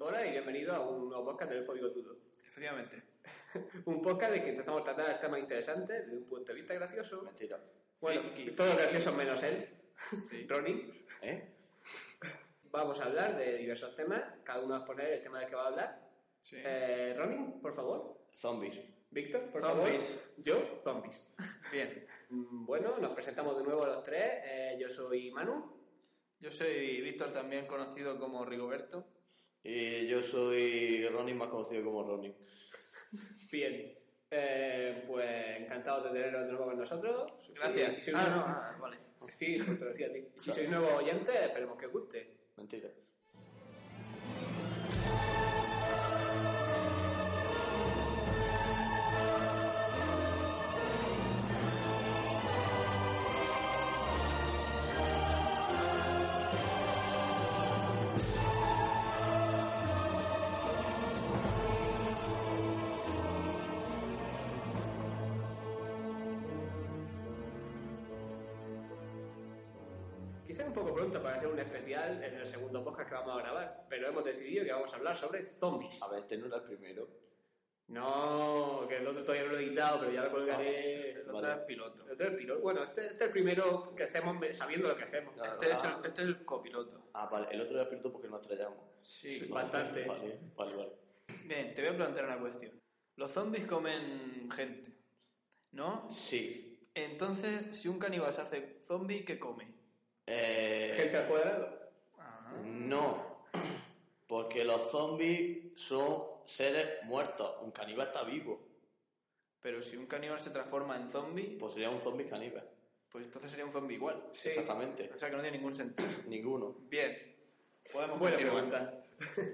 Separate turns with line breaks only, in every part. Hola y bienvenido a un nuevo podcast del Fóbico Tudo.
Efectivamente.
Un podcast de que intentamos tratar el tema interesante desde un punto de vista gracioso.
Mentira.
Bueno,
Friki.
todos graciosos menos él,
Sí.
Ronnie.
¿Eh?
Vamos a hablar de diversos temas. Cada uno va a poner el tema del que va a hablar.
Sí.
Eh, Ronnie, por favor.
Zombies.
Víctor, por
Zombies.
favor. Yo, zombies.
Bien.
Mm, Bueno, nos presentamos de nuevo los tres. Eh, yo soy Manu.
Yo soy Víctor, también conocido como Rigoberto.
Y yo soy Ronnie, más conocido como Ronnie.
Bien. Eh, pues encantado de teneros de nuevo con nosotros.
Gracias.
Sí, sí, sí.
ah, no, ah, vale.
Sí, pues te lo decía a ti. Y Si sois nuevo oyente, esperemos que os guste.
Mentira.
Quizás un poco pronto para hacer un especial en el segundo podcast que vamos a grabar, pero hemos decidido que vamos a hablar sobre zombies.
A ver, este no era el primero.
No, que el otro todavía no lo he editado, pero ya lo colgaré.
El otro
Vale.
es piloto.
El otro es el piloto. Bueno, este, este es el primero que hacemos me- sabiendo lo que hacemos.
Claro.
Este es,
Ah.
el, este es el copiloto.
Ah, vale, el otro era el piloto porque nos estrellamos.
Sí.
Sí.
Bastante.
Vale, vale, vale.
Bien, te voy a plantear una cuestión. Los zombies comen gente, ¿no?
Sí.
Entonces, si un caníbal se hace zombie, ¿qué come?
Eh,
Gente al cuadrado.
Ah,
No. Porque los zombies son seres muertos. Un caníbal está vivo.
Pero si un caníbal se transforma en zombie,
Pues sería un zombie caníbal.
pues entonces sería un zombie igual.
Sí.
Exactamente.
O sea que no tiene ningún sentido.
Ninguno.
Bien. Podemos
Buena
continuar.
pregunta.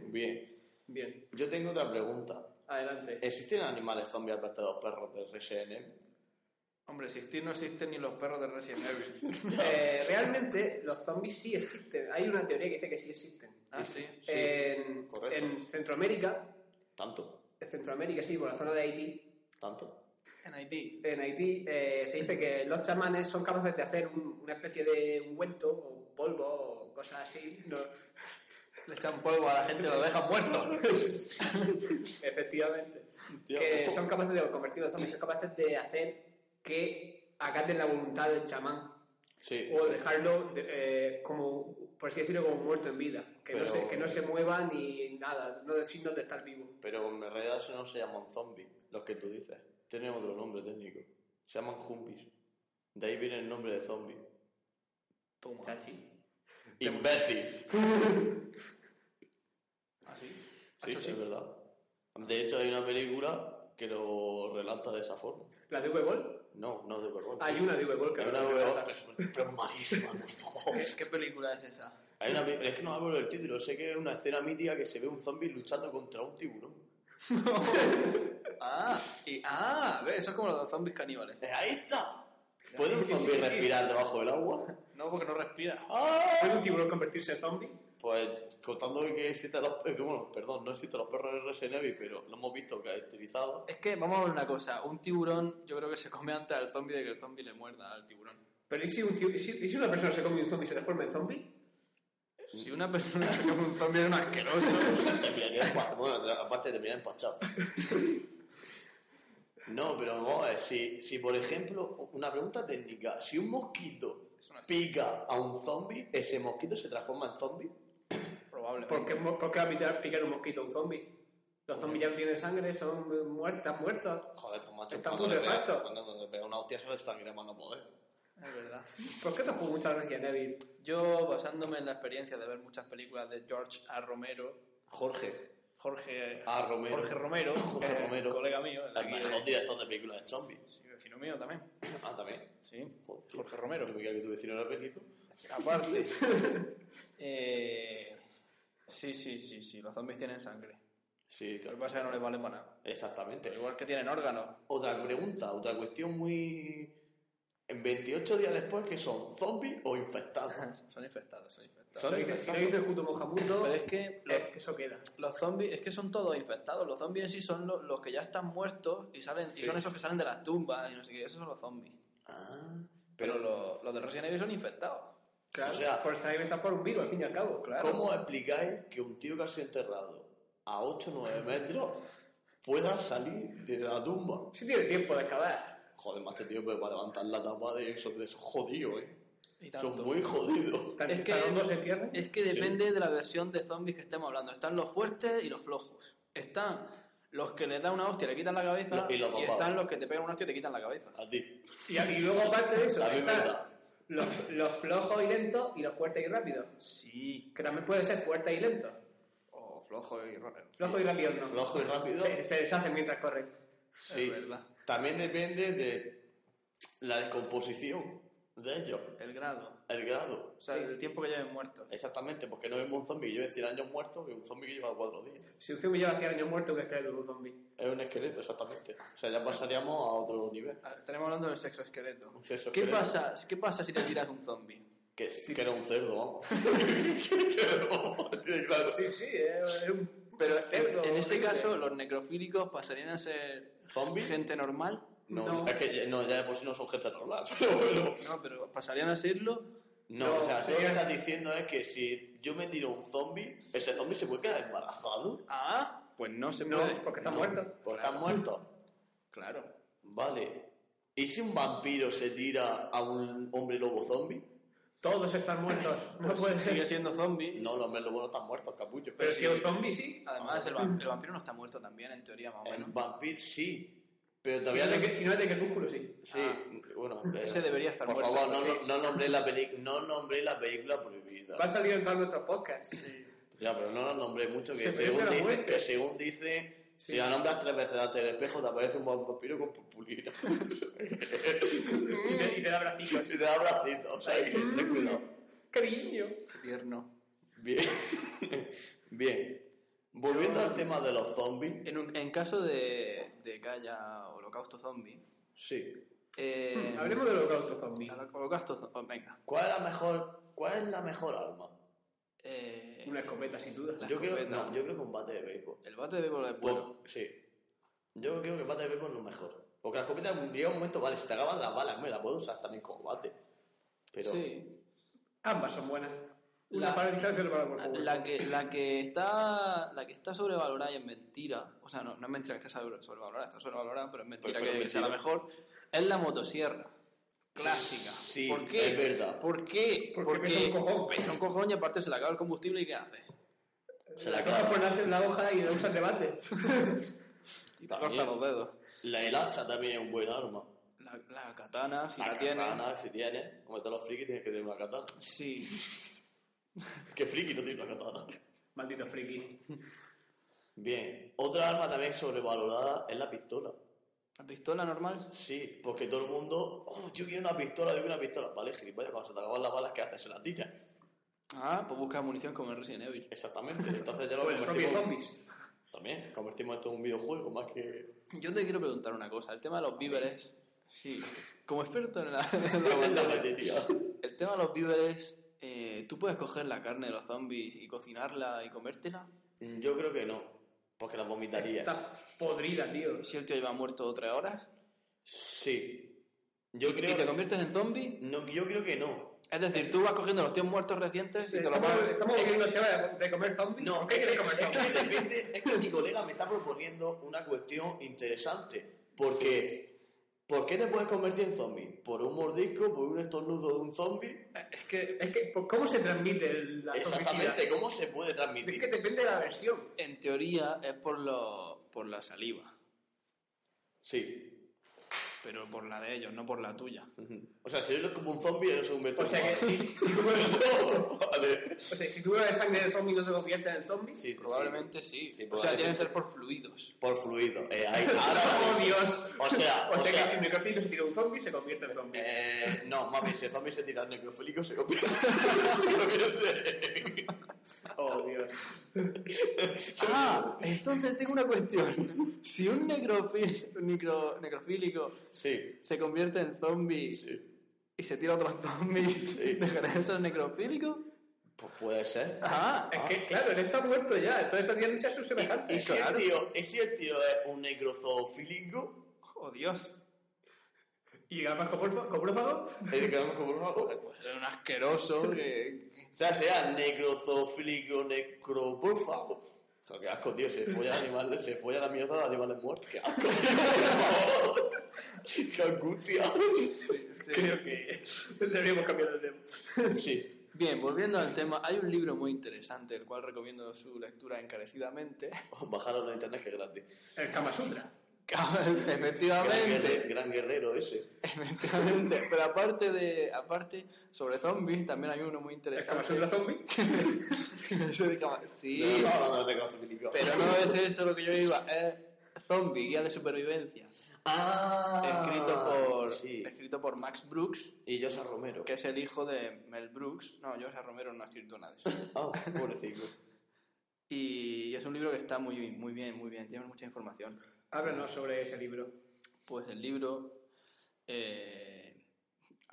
Bien.
Bien,
Yo tengo otra pregunta.
adelante.
¿Existen animales zombies aparte de los perros del RSN?
Hombre, existir no existen ni los perros de Resident Evil.
Eh, realmente los zombies sí existen. Hay una teoría que dice que sí existen.
Ah, sí.
Sí,
en,
correcto.
en Centroamérica,
Tanto.
en Centroamérica sí, por la zona de Haití,
Tanto.
En Haití.
en Haití eh, se dice que los chamanes son capaces de hacer un- una especie de ungüento o polvo o cosas así. ¿no?
Le echan polvo a la gente, lo dejan muerto.
Efectivamente. Que son capaces de convertir los zombies, son capaces de hacer que acaten la voluntad del chamán
Sí.
o dejarlo de- eh, como, por así decirlo, como muerto en vida. Que, no,
Pero-
se, que no se mueva ni nada, no de signos de estar vivo.
Pero en realidad eso no se llaman zombies, los que tú dices. Tienen otro nombre técnico. Se llaman zombies. De ahí viene el nombre de zombie.
Toma.
Chachi.
Imbécil.
Así.
Sí,
Hacho, ¿Ah, sí.
es verdad. De hecho, hay una película que lo relata de esa forma.
¿La de V-Ball?
No, no es de Borbón.
Hay una de V-Ball que
Hay
lo
una
relata.
de Borbón, pero es malísima, por favor.
¿Qué, qué película es esa?
Hay una pe- es que no me acuerdo del título. Sé que es una escena mítica que se ve un zombie luchando contra un tiburón.
Ah, y, ah, ve, eso es como los de zombies caníbales.
Eh, ¡Ahí está! ¿Puede un zombie respirar debajo del agua?
No, porque no respira.
¡Ah!
¿Puede un tiburón convertirse en zombie?
Pues contando que existen los perros, bueno, perdón, no existen los perros de Resident Evil, pero lo hemos visto caracterizados.
Es que, vamos a ver una cosa, un tiburón yo creo que se come antes al zombie de que el zombie le muerda al tiburón.
Pero ¿y si, un tío- y si- y si una persona se come un zombie y se transforma en zombie?
Si una persona se come un zombie es un asqueroso.
Terminaría empa- bueno, tra- aparte terminaría empachado. No, pero vamos a ver, si, si por ejemplo, una pregunta técnica, si un mosquito
Es una-
pica a un zombie, ¿ese mosquito se transforma en zombie?
Probable.
¿Por qué, mo- por qué va a picar, picar un mosquito a un zombie? Los zombies ya no tienen sangre, son eh, muertas, muertos.
Joder, pues macho,
Está
cuando le pega,
putrefacto.
cuando le pega una hostia se le sangra más no poder.
Es verdad.
¿Por qué te juego mucho a Resident Evil?
Yo, basándome en la experiencia de ver muchas películas de George A. Romero,
Jorge,
Jorge,
Ah, Romero.
Jorge Romero,
Jorge
que es
Romero.
colega mío, de
El
aquí,
mejor
de-
director de películas de zombies.
sí, vecino mío también.
Ah, también.
Sí,
Joder, tío.
Jorge Romero.
Yo me creía que tu vecino era Benito.
Aparte. Eh, sí, sí, sí, sí. Los zombies tienen sangre.
Sí,
Lo que
claro.
pasa es que no les vale para nada.
Exactamente.
Pero igual que tienen órganos.
Otra pregunta, otra cuestión muy... En 28 días después, que son? ¿Zombies o infectados?
Son infectados, son infectados.
Si lo dice- si lo dice junto Mojamundo,
Pero
es
es que los,
eh,
Eh,
que eso queda.
los zombies, es que son todos infectados. Los zombies en sí son lo- los, que ya están muertos y salen y
Sí.
son esos que salen de las tumbas y no sé qué. Esos son los zombies.
Ah,
Pero los, los de Resident Evil son infectados.
Claro,
O sea-
por salir está por un virus, al fin y al cabo.
Claro.
¿Cómo explicáis que un tío que ha sido enterrado a 8 o 9 metros pueda salir de la tumba?
Si tiene tiempo de excavar.
Joder, más este tío me va a levantar la tapa de esos de esos jodidos, ¿eh?
Y
Son
tanto.
muy jodidos.
Tan,
Es que-
tan hondo se entierra.
Es que depende de la versión de zombies que estemos hablando. Están los fuertes y los flojos. Están los que les dan una hostia y le quitan la cabeza.
Y los bombados.
están los que te pegan una hostia y te quitan la cabeza.
A ti.
Y, y luego, aparte de eso,
A mí me
están
da.
los, los flojos y lentos y los fuertes y rápidos.
Sí.
Que también puede ser fuerte y lento.
O flojo y raro.
Flojo y rápido no.
Flojo y rápido.
Se, se deshacen mientras corren.
Sí.
Es verdad.
También depende de la descomposición de ellos,
El grado.
el grado.
O sea, el tiempo que lleven muertos.
Exactamente, porque no vemos un zombie que lleve 100 años muerto que un zombie que lleva 4 días.
Si un zombie lleva 100 años muerto, que es que es un zombie.
Es un esqueleto, exactamente. O sea, ya pasaríamos a otro nivel.
Estaremos hablando del sexo esqueleto.
Un sexo
¿Qué
esqueleto.
pasa, ¿Qué pasa si te tiras un zombie?
Que, que era un cerdo, vamos. que era, vamos, así de claro.
Sí, sí, es es un...
Pero eh,
cerdo
en ese
horrible.
caso, los necrofílicos pasarían a ser
¿Zombies?
gente normal.
No,
No.
es que ya, no, ya de por sí no son gente normal. Pero bueno.
No, pero pasarían a serlo.
No,
No,
o sea,
sí.
tú lo que estás diciendo es que si yo me tiro un zombie, ese zombie se puede quedar embarazado. Pues
Ah, pues no se
No,
puede.
porque está
No,
muerto.
Porque están muertos.
Claro.
Vale. ¿Y si un vampiro se tira a un hombre lobo zombie?
Todos están muertos. No puede
Pues Sigue
ser.
siendo zombie.
No, los hombres lobos no están muertos, capullo.
Pero si es un
el
zombie, sí.
Además, el, vam- el vampiro no está muerto también, en teoría, más o menos.
vampiro sí. Pero
Si no es
todavía
ah,
no
de que- Si no es de que el músculo, sí.
Sí, bueno,
Ese
eh,
debería estar
por
muerto,
favor,
sí.
no, no, no nombré la peli- no nombré la película prohibida.
Va a salir en todos nuestros podcasts.
Ya, pero no la nombré mucho, que
Se
según
merece la
dice,
muerte.
que según dice, si la nombras tres veces delante del espejo, te aparece un vampiro con purpurina.
Y te, y te da
y
bracitos.
te da bracitos, o sea que ten cuidado.
Cariño.
Qué tierno.
Bien. Bien. Volviendo al tema de los zombies.
En, un- en caso de, de que haya holocausto zombie...
Sí.
Eh,
Hablemos del holocausto zombie.
holo- Holocausto zo- oh, venga.
¿Cuál es la mejor, cuál es la mejor arma?
Eh,
Una escopeta, sin duda.
La
Yo creo,
escopeta.
no, yo creo que un bate de béisbol.
el bate de béisbol es
Bueno,
bueno.
sí. Yo creo que el bate de béisbol es lo mejor. Porque la escopeta llega un momento, vale, se te acaban las balas, me la puedo usar también como bate. Pero
Sí.
Ambas son buenas. Una
La-
para distancia y otra para cuerpo. a
La
cuerpo.
que, la que está la que está sobrevalorada y es mentira, o sea, no, no es mentira que esté sobre- sobrevalorada, está sobrevalorada, pero es mentira
Pero- pero
que, que sea la
mentira.
mejor, es la motosierra. Clásica.
Sí,
¿Por qué?
es verdad.
¿Por qué?
Porque pesa un cojón.
pesa un cojón y aparte se le acaba el combustible y ¿qué haces?
se la
La cosa es
clava.
ponerse en la hoja y la usas de bate.
Y te
También.
corta los dedos.
La el hacha también es un buen arma.
La, la katana, si la,
la
tiene.
katana, si tienes, como están los frikis, tienes que tener una katana.
Sí.
Que friki no tiene una katana.
Maldito friki.
Bien. Otra arma también sobrevalorada es la pistola.
¿La pistola normal?
Sí, porque todo el mundo, oh, yo quiero una pistola, yo quiero una pistola. Vale, gilipollas, cuando se te acaban las balas, ¿qué haces? Se las tiras.
Ah, pues busca munición como en Resident Evil.
Exactamente. Entonces ya lo
O el propio
convertimos.
zombies.
También, convertimos esto en un videojuego más que.
Yo te quiero preguntar una cosa, el tema de los víveres. Sí, como experto en la,
en
en
la
la-
batería.
El tema de los víveres, eh, ¿tú puedes coger la carne de los zombies y cocinarla y comértela?
Yo creo que no, porque la vomitaría.
Está podrida, tío.
Si el tío lleva muerto tres horas
Sí. Yo
y te
creo,
conviertes en zombie.
no, yo creo que no.
Es decir, tú vas cogiendo los tíos muertos recientes y te los
Estamos,
vas...
estamos viviendo el tema de- de comer zombies.
No,
¿qué
es,
quieres comer
es que
zombies?
depende- es que mi colega me está proponiendo una cuestión interesante. Porque, ¿por qué te puedes convertir en zombie? ¿Por un mordisco? ¿Por un estornudo de un zombie?
Es que, es que, pues, ¿cómo se transmite el- la zombicidad?
Exactamente, ¿cómo se puede
Es que
transmitir?
depende de la versión.
En teoría es por, los por la saliva.
Sí.
pero por la de ellos, no por la tuya.
O sea, si eres como un zombie, eres un
O sea que si, si tú bebes,
Vale.
o sea, si tú bebes sangre de zombie no te conviertes en zombie.
Sí,
Probablemente
Sí,
sí. o sea,
probablemente
tiene que
sí.
ser por fluidos.
Por fluido. Eh, ahí,
¡Oh,
ahora,
Dios!
O sea,
o sea,
o sea-
que si necrofilo se tira un zombie, se convierte en zombie.
eh, no, mami, si el zombie se tira al necrofílico, se convierte se convierte en-
¡Oh, Dios!
Ah, entonces tengo una cuestión. Si un necrofí- necro- necrofílico
Sí,
se convierte en zombie
sí.
y se tira a otros zombies,
Sí.
¿dejará de ser necrofílico?
Pues puede ser.
Ah,
Es que, claro, él está muerto ya, entonces todavía lucha sus
¿Y
semejantes.
si, el tío, ¿Y si el tío es un necrozoofílico?
oh Dios.
¿Y además coprófago? ¿Coprófago?
¿El que vamos como O
Pues era un asqueroso que...
sea, sea necrozoofílico, necropófago. O sea, qué asco, tío. Se folla, animales, se folla la mierda de animales muertos. Qué asco, tío, por favor. Qué angustia.
Sí, sí.
Creo que deberíamos cambiar el tema.
Sí.
Bien, volviendo al tema, hay un libro muy interesante, el cual recomiendo su lectura encarecidamente.
Bajaron la internet, que gratis.
El Kama Sutra.
Gran, guerre-
efectivamente,
gran guerrero ese.
efectivamente. Pero aparte de, aparte sobre zombies, también hay uno muy
¿El Kama
interesante.
Sutra zombie?
Eso de Kama- sí,
No, no, hablando de necrozoofílico.
pero no es eso lo que yo iba. Es zombie, guía de supervivencia,
Ah,
escrito por,
Sí.
escrito por Max Brooks,
Y Josa Romero.
que es el hijo de Mel Brooks. No, José Romero no ha escrito nada de eso.
Ah, pobrecito.
Y es un libro que está muy, muy bien, muy bien, tiene mucha información.
Háblanos sobre ese libro.
Pues el libro. eh,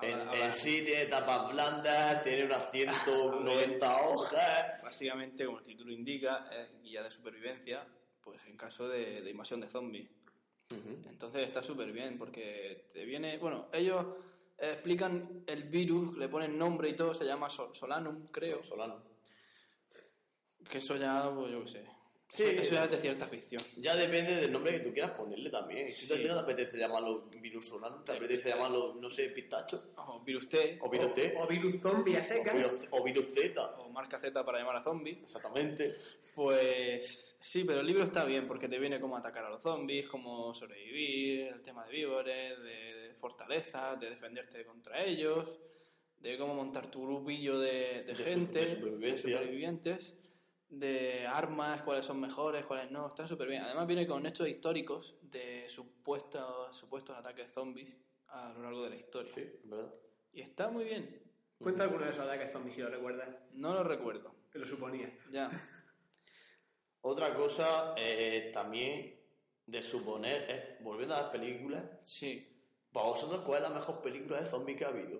En,
habla-
en
habla
sí tiene tapas blandas, tiene unas 190 hojas.
Básicamente, como el título indica, es guía de supervivencia pues en caso de, de invasión de zombies. Entonces está súper bien porque te viene. Bueno, ellos eh, explican el virus, le ponen nombre y todo, se llama Sol- Solanum, creo.
Solano.
Que eso ya, pues yo qué sé.
Sí.
Eso, eso ya es de cierta ficción.
Ya depende del nombre que tú quieras ponerle también. Y Si
Sí.
te- no te apetece llamarlo virus solano, te apetece llamarlo, no sé, pistacho,
O virus T,
o virus T,
O virus zombie a
o
secas.
virus, o virus Z.
o marca Z para llamar a zombies.
Exactamente.
Pues sí, pero el libro está bien porque te viene cómo atacar a los zombies, cómo sobrevivir, el tema de víbores, de, de fortalezas, de defenderte contra ellos, de cómo montar tu grupillo de, de
De su-
gente,
de supervivencia.
de supervivientes, de armas, cuáles son mejores, cuáles no, está súper bien. Además viene con hechos históricos de supuestos, supuestos ataques zombies a lo largo de la historia.
Sí, ¿verdad?
Y está muy bien,
Cuenta alguno de esos ataques zombies si lo recuerdas.
no lo recuerdo,
Que lo suponía.
ya.
Otra cosa eh, también de suponer es, volviendo a las películas,
Sí,
¿para vosotros cuál es la mejor película de zombies que ha habido?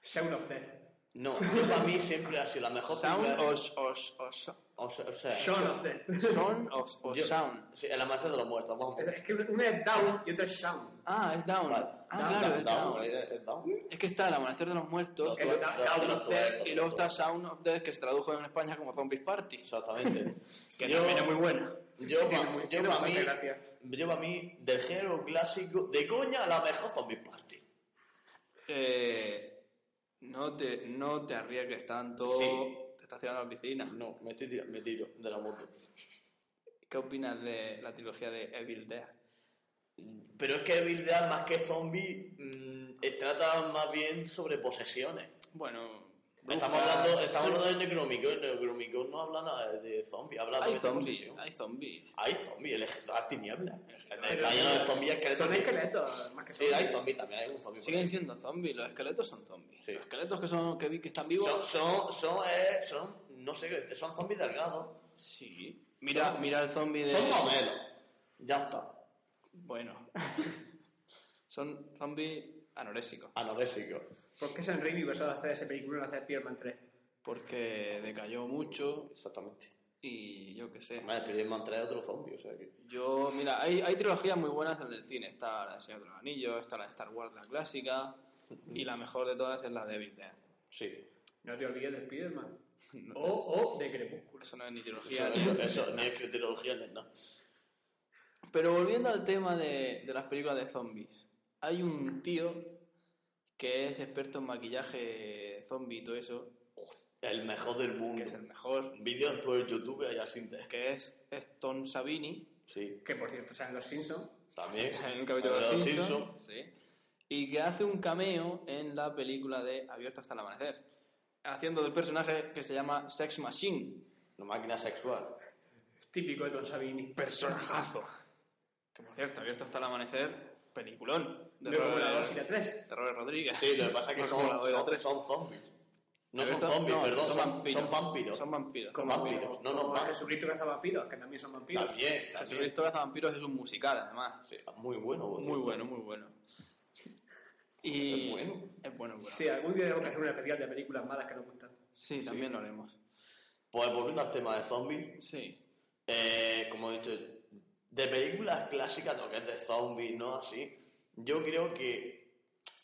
Sound of Death.
No, yo para mí siempre ha sido la mejor
Sound
película.
os- os- os-
O sea, o sea,
Shaun of Death.
Sound of, o
Yo-
Sound.
Sí, el amanecer de los muertos, vamos.
Es que una es down y otra es sound.
Ah, es Down.
Vale.
Ah,
Down,
claro,
down,
es
down,
Down.
eh, eh, down.
Es que está el Amanecer de los Muertos
Eso, Down- Down of Death,
y luego está Sound of Death que se tradujo en España como Zombies Party.
Exactamente.
Que también es muy buena.
Yo
Tiene muy-
para
tiene
pa
bastante
mí,
gracia.
yo pa mí, del género clásico, de coña, la mejor zombie party.
Eh, no, te, no te arriesgues tanto.
Sí.
Te estás tirando a la piscina.
No, me, estoy tira- me tiro de la moto.
¿Qué opinas de la trilogía de Evil Dead?
Pero es que Evil Dead, más que zombie, mm, eh, trata más bien sobre posesiones.
Bueno,
Estamos
brujas,
hablando, estamos hablando del Necromicon. El Necromicon no habla nada de zombie, habla
Hay
de
zombies,
posesión.
hay zombies.
Hay zombies, el ejército de las tinieblas.
Pero-
Está lleno de zombies esqueletos.
Son esqueletos, más que
Sí, hay zombies también, hay un zombie. por ahí.
Siguen siendo zombies, los esqueletos son zombies.
Sí.
Los esqueletos que son que vi que están vivos
Son, son, son, eh, son, no sé, son zombies delgados.
Sí. Mira, mira el zombie de.
Son modelos. Ya está.
Bueno. Son zombies anorésicos.
Anorésico.
¿Por qué San Raimi pasó a hacer ese película y no hacer Spider-Man 3?
Porque decayó mucho
Exactamente.
y yo qué sé.
Además, el man trae otro zombie, o sea que...
Yo, mira, hay, hay trilogías muy buenas en el cine. Está la de Señor de los Anillos, está la de Star Wars, la clásica. Y la mejor de todas es la de Evil Dead.
Sí.
No te olvides de Spider-Man. O, o de Crepúsculo.
Eso no es ni trilogía
Eso,
ni.
eso, eso, ni es que teología ni es nada.
Pero volviendo al tema de, de las películas de zombies, hay un tío que es experto en maquillaje zombie y todo eso,
El mejor del
que
mundo.
es el mejor,
Vídeos por YouTube allá sin te.
que es, es Tom Savini.
Sí.
Que por cierto, salen los Simpsons.
También.
en un capítulo de
Los
Los
Simpson.
Simpson, sí. Y que hace un cameo en la película de Abierto hasta el amanecer. Haciendo del personaje que se llama Sex Machine.
Una máquina sexual.
Típico de Don Sabini.
Personajazo. Que por cierto, Abierto hasta el amanecer, peliculón. De,
Luego
Robert,
la 2 y la 3.
de Robert Rodríguez.
Sí, lo que pasa es que
No,
son,
como la de la
son,
tres.
son zombies. No son
Abierto-
zombies,
no,
perdón, son, son
vampiros.
vampiros.
Son vampiros.
Como- Vampiros, no, no,
como
vampiros.
Jesucristo caza vampiros, que también son vampiros.
También, también.
Jesucristo Cazavampiros es un musical, además.
Sí, muy bueno. por
Muy
cierto.
bueno, muy bueno. Y
Es bueno.
Es bueno, es bueno.
Sí, algún día tenemos que hacer una especial de películas malas que nos gustan.
Sí, también lo haremos.
Pues volviendo al tema de zombies,
Sí.
eh, como he dicho, de películas clásicas, lo que es de zombies, ¿no? Así, yo creo que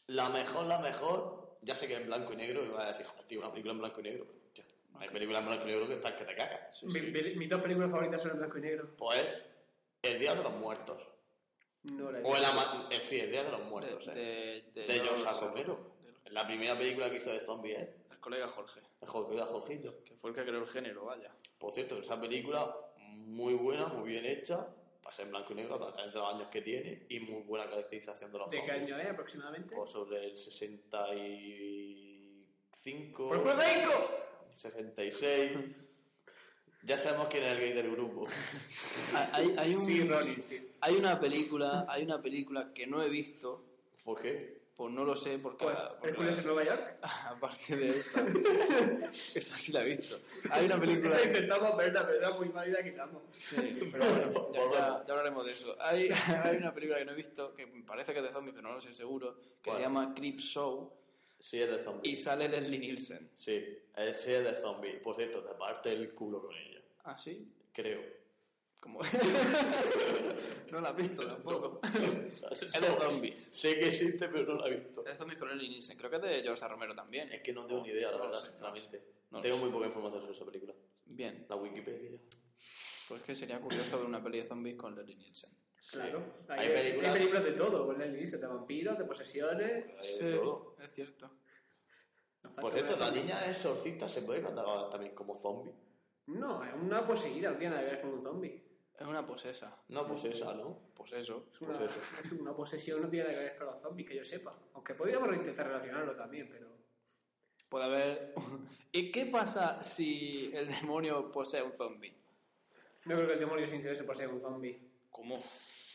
la mejor, la mejor, ya sé que en blanco y negro, y me vas a decir, hostia, una película en blanco y negro. Hostia, hay películas en blanco y negro que están que te cagas.
Mi- mi- mis dos películas favoritas son en blanco y negro.
Pues El Día de los Muertos.
No la he
O
visto.
el, ama- eh, sí, el Día de los Muertos,
de,
eh.
de,
de George A.
Romero.
Romero. La primera película que hizo de zombies, ¿eh?
El colega Jorge,
Mejor que era Jorgito.
que fue el que creó el género, vaya.
Por cierto, esa película muy buena, muy bien hecha, para ser en blanco y negro, para tener los años que tiene y muy buena caracterización de los Pues,
¿De qué
zombies.
año es aproximadamente?
O sobre el 65...
¡Por culo rico!
66... Ya sabemos quién es el gay del grupo.
Hay, hay, un-
Sí, Ronnie, sí.
hay una película, hay una película que no he visto,
¿Por qué?
pues no lo sé, porque, ah,
Bueno,
porque-
¿Hércules en Nueva York?
aparte de esa, esa sí la he visto. Hay una película.
Esa intentamos verla, pero era muy válida que quitamos.
Sí, pero bueno, ya,
Volvemos.
ya- ya hablaremos de eso. Hay, hay una película que no he visto, que parece que es de zombies, pero no lo sé seguro, que
¿Cuál?
se llama Creep Show
Sí, es de
y
zombies.
sale Leslie Nielsen.
Sí, él sí es de zombies. Por cierto, te parte el culo con ella.
¿Ah, sí?
Creo.
Como... no la has visto tampoco.
es
de zombies.
Sé que existe, pero no la he visto.
Es de zombies con Leslie Nielsen. Creo que es de George A. Romero también.
Es que no tengo ni idea, la
No lo
verdad,
sé,
sinceramente.
no lo
tengo
sé.
muy poca información sobre esa película.
Bien,
La Wikipedia.
pues que sería curioso ver una peli de zombies con Leslie Nielsen.
Claro. Hay, eh,
Hay
hay películas.
películas-
de todo, con el inicio, de vampiros, de posesiones.
Hay de todo.
es cierto.
Nos
Por
falta
cierto,
una-
la niña exorcista se puede catalogar también como zombie.
No, es una poseída, no tiene nada que ver con un zombie.
Es una posesa.
No, pues esa, ¿no?
Pues eso.
Es una,
Pues eso.
es una posesión, no tiene nada que ver con los zombies, que yo sepa. Aunque podríamos intentar relacionarlo también, pero...
Puede haber... ¿Y qué pasa si el demonio posee un zombie?
No creo que el demonio se interese por ser un zombie.
¿Cómo?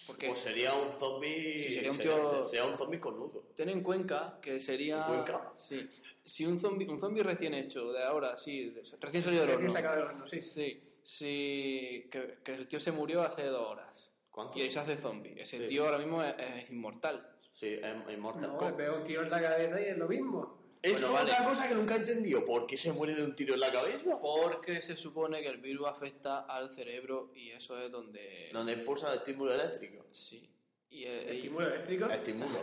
Porque
Pues sería un zombie.
Sí, sería un tío-
Sería un zombie con nudo.
ten en cuenta que sería...
¿En Cuenca?
Sí. Si un zombie un zombi recién hecho, de ahora, sí, de- recién salido del
Recién
horno.
sacado del horno, sí.
Sí. Sí, que, que el tío se murió hace dos horas.
¿Cuánto?
Y ahí se hace zombie. Ese
Sí.
tío ahora mismo es, es inmortal.
Sí, es inmortal.
No, le pega un tiro en la cabeza y es lo mismo.
Es
Bueno, vale.
otra cosa que nunca he entendido. ¿Por qué se muere de un tiro en la cabeza?
Porque se supone que el virus afecta al cerebro y eso es donde...
Donde impulsa el estímulo eléctrico.
Sí. Y, eh, y-
Estímulo eléctrico.
Estímulo.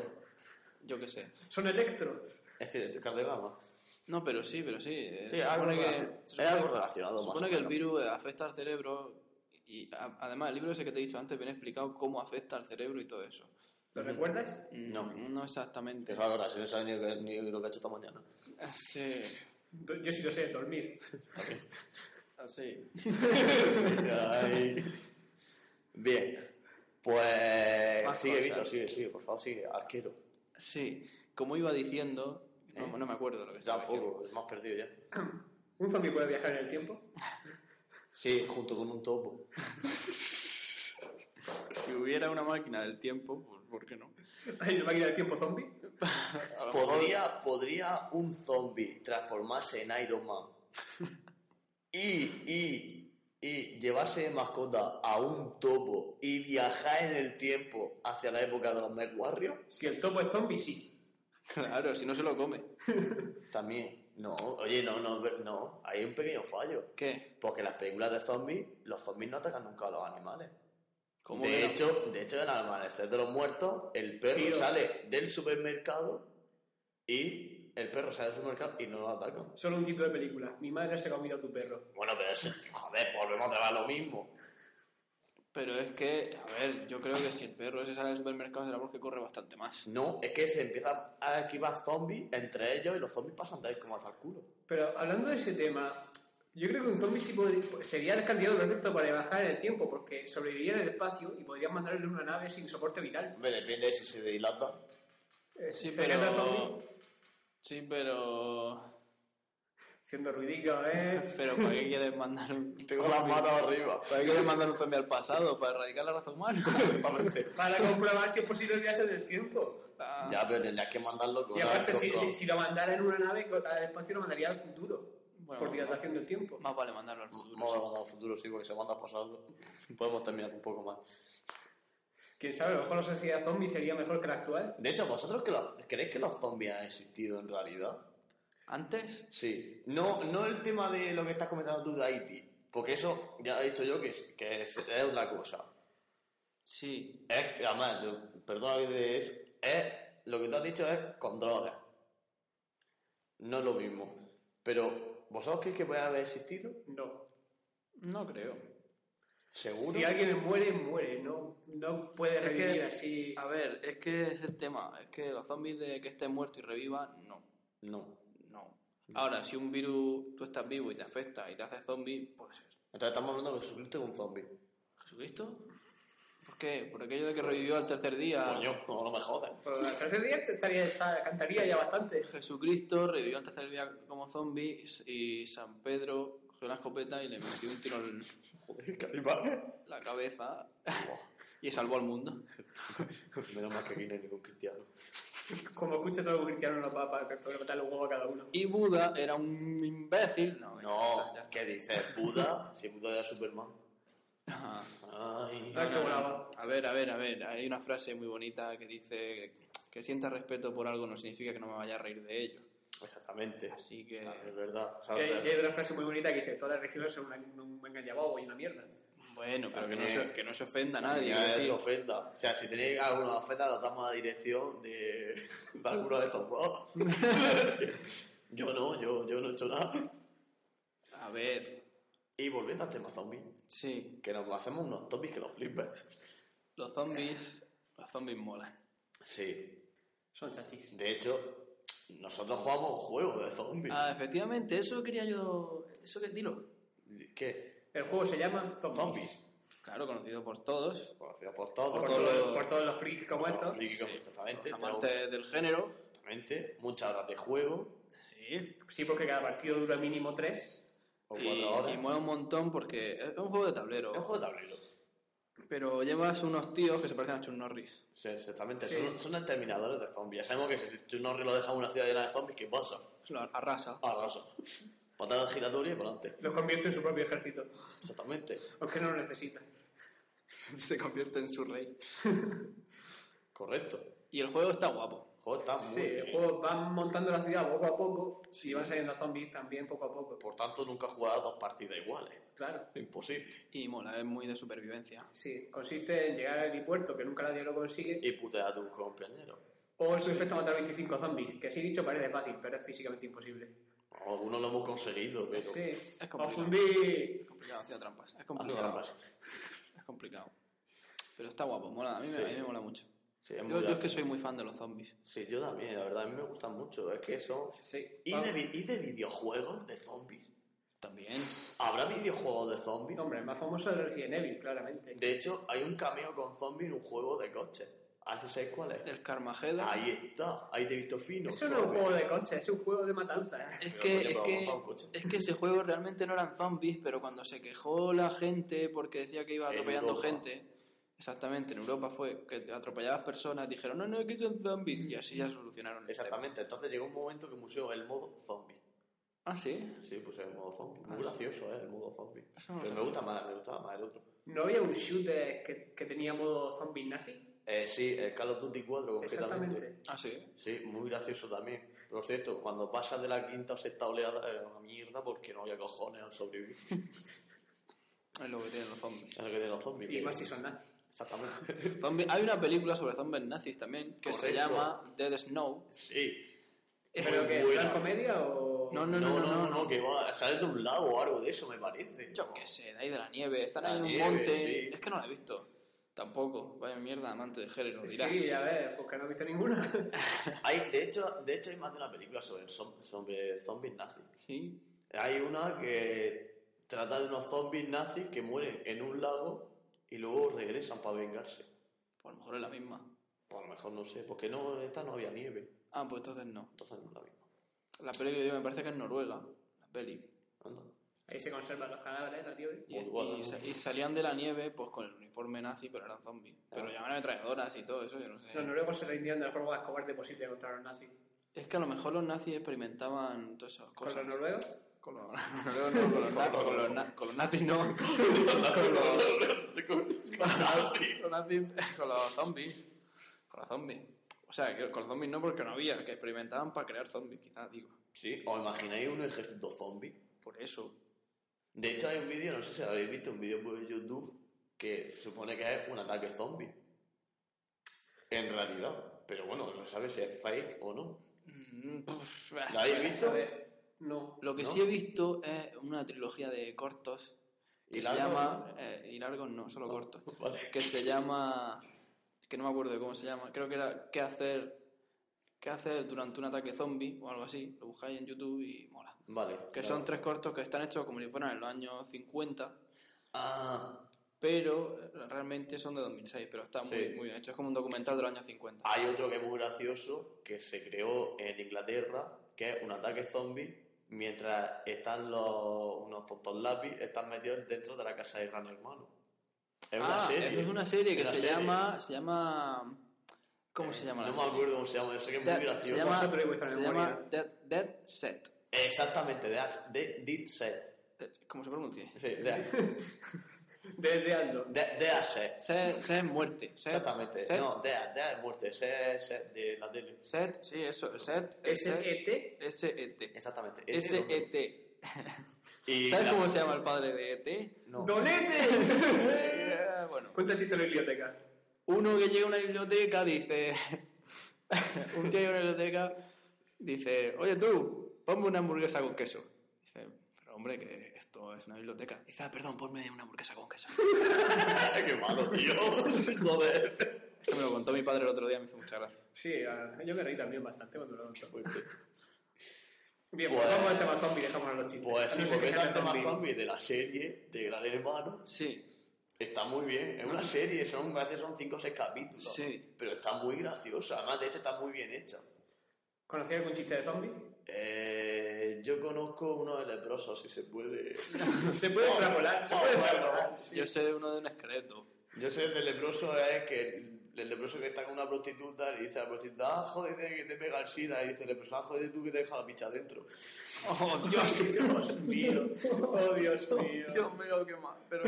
yo qué sé.
Son electros.
Es decir, cardiograma.
No, pero sí, pero sí. eh,
Sí,
se
algo
supone que-
relacion-
se
es
supone-
algo relacionado,
Se
más
supone
o
que el
menos.
virus eh, afecta al cerebro y a- además el libro ese que te he dicho antes viene explicado cómo afecta al cerebro y todo eso. Mm,
¿Lo recuerdas?
No.
No exactamente.
Qué raro, ahora, si no sabes ni, lo que- ni lo que ha hecho esta mañana.
Así.
Do- Yo sí lo sé, dormir.
Así.
Ay. Bien. Pues.
Más
sigue,
cosas.
Vito, sigue, sigue, por favor, sigue. Arquero.
Sí. Como iba diciendo, no,
¿Eh?
no me acuerdo lo que estaba diciendo.
Tampoco, es más perdido ya.
¿Un zombie puede viajar en el tiempo?
Sí, junto con un topo.
Si hubiera una máquina del tiempo, pues, ¿por qué no?
¿Hay una máquina del tiempo zombie?
A lo
¿Podría, podría un zombie transformarse en Iron Man y, y, y llevarse de mascota a un topo y viajar en el tiempo hacia la época de los McWarriors?
Si el topo es zombie, sí.
Claro, si no se lo come.
También. No, oye, no, no, no. Hay un pequeño fallo.
¿Qué?
Porque en las películas de zombies, los zombies no atacan nunca a los animales.
¿Cómo
de,
que no?
hecho, de hecho, en Amanecer de los Muertos, el perro
Tío.
sale del supermercado y el perro sale del supermercado y no lo ataca.
Solo un tipo de película. Mi madre se ha comido a tu perro.
Bueno, pero eso, joder, volvemos otra vez a lo mismo.
Pero es que, a ver, yo creo que si el perro ese sale del supermercado será porque corre bastante más.
No, es que se empieza a esquivar zombies entre ellos y los zombies pasan de ahí como hasta el culo.
Pero hablando de ese tema, Yo creo que un zombie sí podría- pues, sería el candidato perfecto para viajar en el tiempo, porque sobreviviría en el espacio y podrían mandarle en una nave sin soporte vital.
Hombre, depende si se dilata.
Eh,
Sí,
se
pero...
canta el zombie
Sí, pero...
Haciendo ruidillo, ¿eh?
Pero ¿para qué quieres mandar un...
Tengo las manos arriba.
¿Para qué quieres mandar un zombie al pasado? ¿Para erradicar la raza humana?
Exactamente.
Para comprobar si es posible el viaje en el tiempo.
Ah,
Ya, pero tendrías que mandarlo con
Y aparte,
una-
si,
con-
si, si lo mandara en una nave co- al espacio, lo mandaría al futuro.
Bueno,
por dilatación del tiempo.
Más vale mandarlo al futuro.
Pues No lo mandado al futuro, sí, porque se manda al pasado. Podemos terminar un poco más.
Quién sabe, a lo mejor la sociedad zombie sería mejor que la actual.
De hecho, ¿vosotros que los- creéis que los zombies han existido en realidad?
Antes,
Sí. No, no el tema de lo que estás comentando tú de Haití. Porque eso ya he dicho yo que es, que es, es otra cosa.
sí.
Es, además, yo- perdona que de eso, es, lo que tú has dicho es con drogas. No es lo mismo. Pero, ¿vosotros creéis que puede haber existido?
No.
No creo.
¿Seguro?
Si alguien muere, muere. No, no puede
Es que-
revivir así.
A ver, es que es el tema. Es que los zombies de que estén muertos y revivan, no.
No.
No. Ahora, si un virus, tú estás vivo y te afecta y te hace zombie, pues
Entonces estamos hablando de Jesucristo es un zombie.
¿Jesucristo? ¿Por qué? Por aquello de que revivió al tercer día.
Coño, no, no me jodas.
Pero al tercer día te estaría, está- cantaría ya bastante.
Jesucristo revivió al tercer día como zombie y San Pedro cogió una escopeta y le metió un tiro en
Calimán.
la cabeza y salvó al mundo.
Menos mal que aquí no hay ningún cristiano.
Como escucha todo un cristiano, no va para para matarle un huevo a cada uno.
Y Buda era un imbécil. No,
No,
ya está,
¿qué dices? ¿Buda? Si Buda era Superman.
ya está.
Ah, Ay,
Ah,
No, que volaba.
A ver, a ver, a ver. Hay una frase muy bonita que dice que sienta respeto por algo no significa que no me vaya a reír de ello.
Exactamente.
Así que...
Ah, Es verdad. O sea,
Y hay, y hay
de-
una frase muy bonita que dice: Todas las regiones son una, un engañabobo y una mierda.
Bueno, pero que no,
También.
se, que no se ofenda a nadie.
Ya
es
es
decir,
ofenda. O sea, si tenéis alguna ofenda, nos damos la dirección de, de alguno de estos dos. yo no, yo, yo no he hecho nada.
a ver,
Y volviendo al tema zombie,
sí,
que nos hacemos unos topics que los flipes.
los zombies, los zombies molan.
Sí.
Son chachis.
De hecho, nosotros jugamos un juego de zombies.
Ah, efectivamente, eso quería yo, eso que dilo.
¿Qué?
El juego se llama Zombies.
Zombies.
Claro, conocido por todos,
Conocido por todos.
Por,
por
todos
todo-
los-
por todos los frikis como
Bueno,
estos.
friki,
sí,
exactamente,
los
tenemos-
amantes del género.
exactamente, muchas horas de juego,
Sí.
Sí, porque cada partido dura mínimo tres.
o
Y,
cuatro horas.
y mueve un montón porque es un juego de tablero,
Es un juego de tablero.
pero llevas unos tíos que se parecen a Chuck Norris.
Sí, exactamente,
Sí.
son, son exterminadores de zombies. Ya sabemos que si tú no lo dejas en una ciudad llena de zombies, ¿qué pasa? Ah,
Lo arrasa.
Arrasa. Patada al giratorio y para adelante.
Los convierte en su propio ejército,
Exactamente.
aunque no lo necesita.
se convierte en su rey.
Correcto.
Y el juego está guapo.
El juego está Ah, muy
Sí, el
bien.
juego van montando la ciudad poco a poco y van saliendo zombies también poco a poco.
Por tanto, nunca jugarás dos partidas iguales.
Claro,
Imposible.
Y mola, es muy de supervivencia.
sí. Consiste en llegar al helipuerto, que nunca nadie lo consigue,
Y putear a tu compañero.
o en su efecto matar 25 zombies, que así dicho parece fácil, pero es físicamente imposible.
Algunos lo hemos conseguido, pero... Ah,
Sí, o
complicado.
fundir.
Es complicado, hacía trampas. Es
Hazlo
complicado.
más.
Es complicado. Pero está guapo, mola. A mí, me,
Sí.
a mí me mola mucho.
Sí, es
Yo,
muy
yo es que
gracioso.
soy muy fan de los zombies.
Sí, yo también, la verdad, a mí me gustan mucho. Es que son...
Sí.
¿Y
Vamos.
de, vi- y de videojuegos de zombies?
También.
¿Habrá videojuegos de zombies?
Hombre, el más famoso es Resident Evil, claramente.
De hecho, hay un cameo con zombies en un juego de coches. ¿Ah, sí sabes cuál es?
El Carmageddon.
Ahí está, ahí te he visto fino.
Eso no es un juego de coches, es un juego de matanza.
Es
Pero
que,
coño,
es,
pero
que,
monta un coche.
es que ese juego realmente no eran zombies, pero cuando se quejó la gente porque decía que iba
En
atropellando
Europa.
gente, exactamente, en Europa fue que atropellabas personas, dijeron, no, no, es que son zombies, y así ya solucionaron el
Exactamente, entonces llegó un momento que pusieron el modo zombie.
tema. Ah, sí.
Sí, pusieron el modo zombie. Muy
Ah.
gracioso, ¿eh? El modo zombie.
Eso no lo
Pero me
sabía.
gusta más, me gustaba más el otro.
¿No había un shooter que, que tenía modo zombie nazi?
Eh, sí, el Call of Duty 4 concretamente.
Exactamente.
Ah, sí.
Sí, muy gracioso también. Por cierto, cuando pasas de la quinta o sexta oleada era una mierda porque no había cojones al sobrevivir.
Es lo que tienen los zombies.
Es lo que tienen los zombies.
Y
que-
más si son nazis.
Exactamente.
Zombi- Hay una película sobre zombies nazis también que se
Correcto.
llama Dead Snow.
Sí.
¿Pero
Muy
que
buena.
¿Es comedia o.?
No,
No, no, no, no, que va, sale de un lago o algo de eso, me parece.
Yo qué sé, de ahí de la nieve, están
La
ahí en un
nieve,
monte.
sí.
Es que no la he visto. Tampoco. Vaya mierda, amante del género, dirás.
Sí, a ver, porque no he visto ninguna.
Hay, de, hecho, de hecho, hay más de una película sobre, zom- sobre zombies nazis.
Sí.
Hay una que trata de unos zombies nazis que mueren en un lago y luego regresan para vengarse.
Pues a lo mejor es la misma.
Pues a lo mejor no sé, porque no, esta no había nieve.
Ah, pues entonces no.
Entonces no es la misma.
La peli que digo me parece que es Noruega. La peli.
Anda.
Ahí se conservan los cadáveres, la nieve.
Y, es-
Noruega,
y
¿no?
sa- y salían de la nieve pues con el uniforme nazi, pero eran zombies. Pero
Ah.
llamaban ametralladoras y todo eso, yo no sé.
Los noruegos se rindieron de la forma más cobarde posible contra los nazis.
Es que a lo mejor los nazis experimentaban todas esas
¿Con
cosas.
los noruegos?
Con los noruegos no, con los na- con los na- con los nazis no. Con los- con, las zim- con los zombies. Con los zombies. O sea, que con los zombies no, porque no había, que experimentaban para crear zombies, quizás, digo.
Sí, ¿os imagináis un ejército zombie?
Por eso.
De hecho, hay un
Pues
vídeo, no sé si habréis visto, un vídeo por YouTube que se supone que es un ataque zombie. En realidad. Pero bueno, no sabes si es fake o no.
Mm, puf,
¿La habéis
A
visto?
ver, no.
Lo que
¿No?
sí he visto es una trilogía de cortos que
¿Y
se
largos?
llama. eh, y largos no, solo cortos.
Vale.
Que se llama. Que no me acuerdo de cómo se llama. Creo que era ¿Qué hacer? ¿Qué hacer durante un ataque zombie? O algo así. Lo buscáis en YouTube y mola.
Vale.
Que
claro.
son tres cortos que están hechos como si fueran en los años 50.
Ah,
pero eh, realmente son de 2006, pero está muy,
Sí.
muy bien hecho. Es como un documental de los años 50.
hay otro que es muy gracioso que se creó en Inglaterra, que es un ataque zombie mientras están los, unos tontos lápiz están metidos dentro de la casa de Gran Hermano. Es una
Ah,
serie.
Es una serie que
Una
se
serie.
llama... Se llama... ¿Cómo se llama la
No
serie?
me acuerdo cómo se llama, yo sé que es
Dead-
muy gracioso.
se llama,
Vosotros y vuestra
se
memoria.
llama Dead, Dead Set.
Exactamente, de, As- de Dead Set.
Eh, ¿Cómo se pronuncia?
Sí, de,
Desde Aldo.
de, de As Set.
Set, set es muerte. Set,
Exactamente.
Set,
No, de, As- de As es muerte, Set, Set de la tele.
set, sí, eso. Set, set,
S.E.T.
S-E-T. E
Exactamente. ese no.
S-E-T.
Y
E eh, ¿Sabes
la-
cómo se llama el padre de E.T.?
No.
¡Donete!
Eh, bueno.
Cuenta el título de biblioteca.
Uno que llega a una biblioteca dice. un tío llega a una biblioteca dice: Oye tú, ponme una hamburguesa con queso. Dice: Pero hombre, que esto es una biblioteca. Dice: "Ah, perdón, ponme una hamburguesa con queso.
¡Qué malo, tío! Joder.
Es que me lo contó mi padre el otro día, me hizo mucha gracia.
Sí, ah, yo me reí también bastante cuando lo contó. Bien,
Pues-
pues vamos al tema zombie y dejamos a los chistes.
Pues sí,
No sé
porque
qué sea
el tema
zombie.
zombie de la serie de Gran Hermano
Sí,
está muy bien. Es una serie, son, me parece que son 5 o 6 capítulos.
Sí.
Pero está muy graciosa. Además, de hecho, está muy bien hecha.
¿Conocéis algún chiste de zombie?
Eh, yo conozco uno de leprosos, si se puede.
Se puede extrapolar. Se
No,
puede
bueno,
extrapolar.
yo sé de uno de un esqueleto.
Yo sé, el del leproso es que el, el leproso que está con una prostituta le dice a la prostituta, ah, jódete que te pega el sida. Y dice el leproso, ah, jódete tú que te deja la picha adentro.
¡Oh,
Dios, Dios mío. Oh, Dios mío.
Dios mío, qué mal! Pero.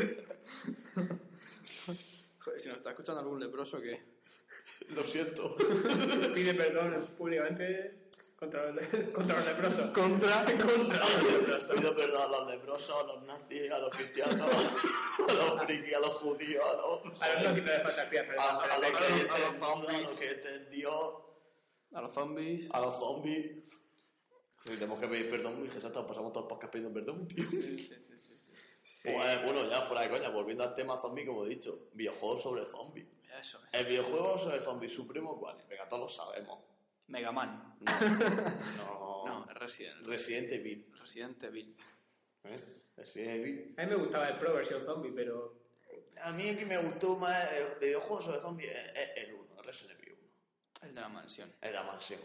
Joder, si nos está escuchando algún leproso, que.
Lo siento.
Pide perdón públicamente contra los, contra los leprosos.
Contra.
Contra los leprosos.
Pido perdón a los leprosos, a los nazis, a los cristianos, a los frikis, a los judíos, a los...
A los nazis no les falta piedad,
A, a los
perdón.
creyentes en Buda, a los creyentes en Dios,
A los zombies.
a los zombies. Sí, tenemos que pedir perdón, muy exacto, pasamos todo el podcast pidiendo perdón, tío.
Sí, sí, sí, sí.
Sí.
Pues, bueno, ya fuera de coña, volviendo al tema zombie, como he dicho, videojuegos sobre zombies.
Eso eh. es.
El videojuego sobre zombies supremo, ¿cuál? es? Venga, todos lo sabemos.
Mega Man.
No.
No, Resident,
Resident Evil.
Resident Evil.
¿eh? Resident Evil.
A mí me gustaba el Pro versión zombie, pero
A mí el que me gustó más eh, el videojuego sobre zombies es es el 1, Resident Evil 1.
El de la mansión.
Es la mansión.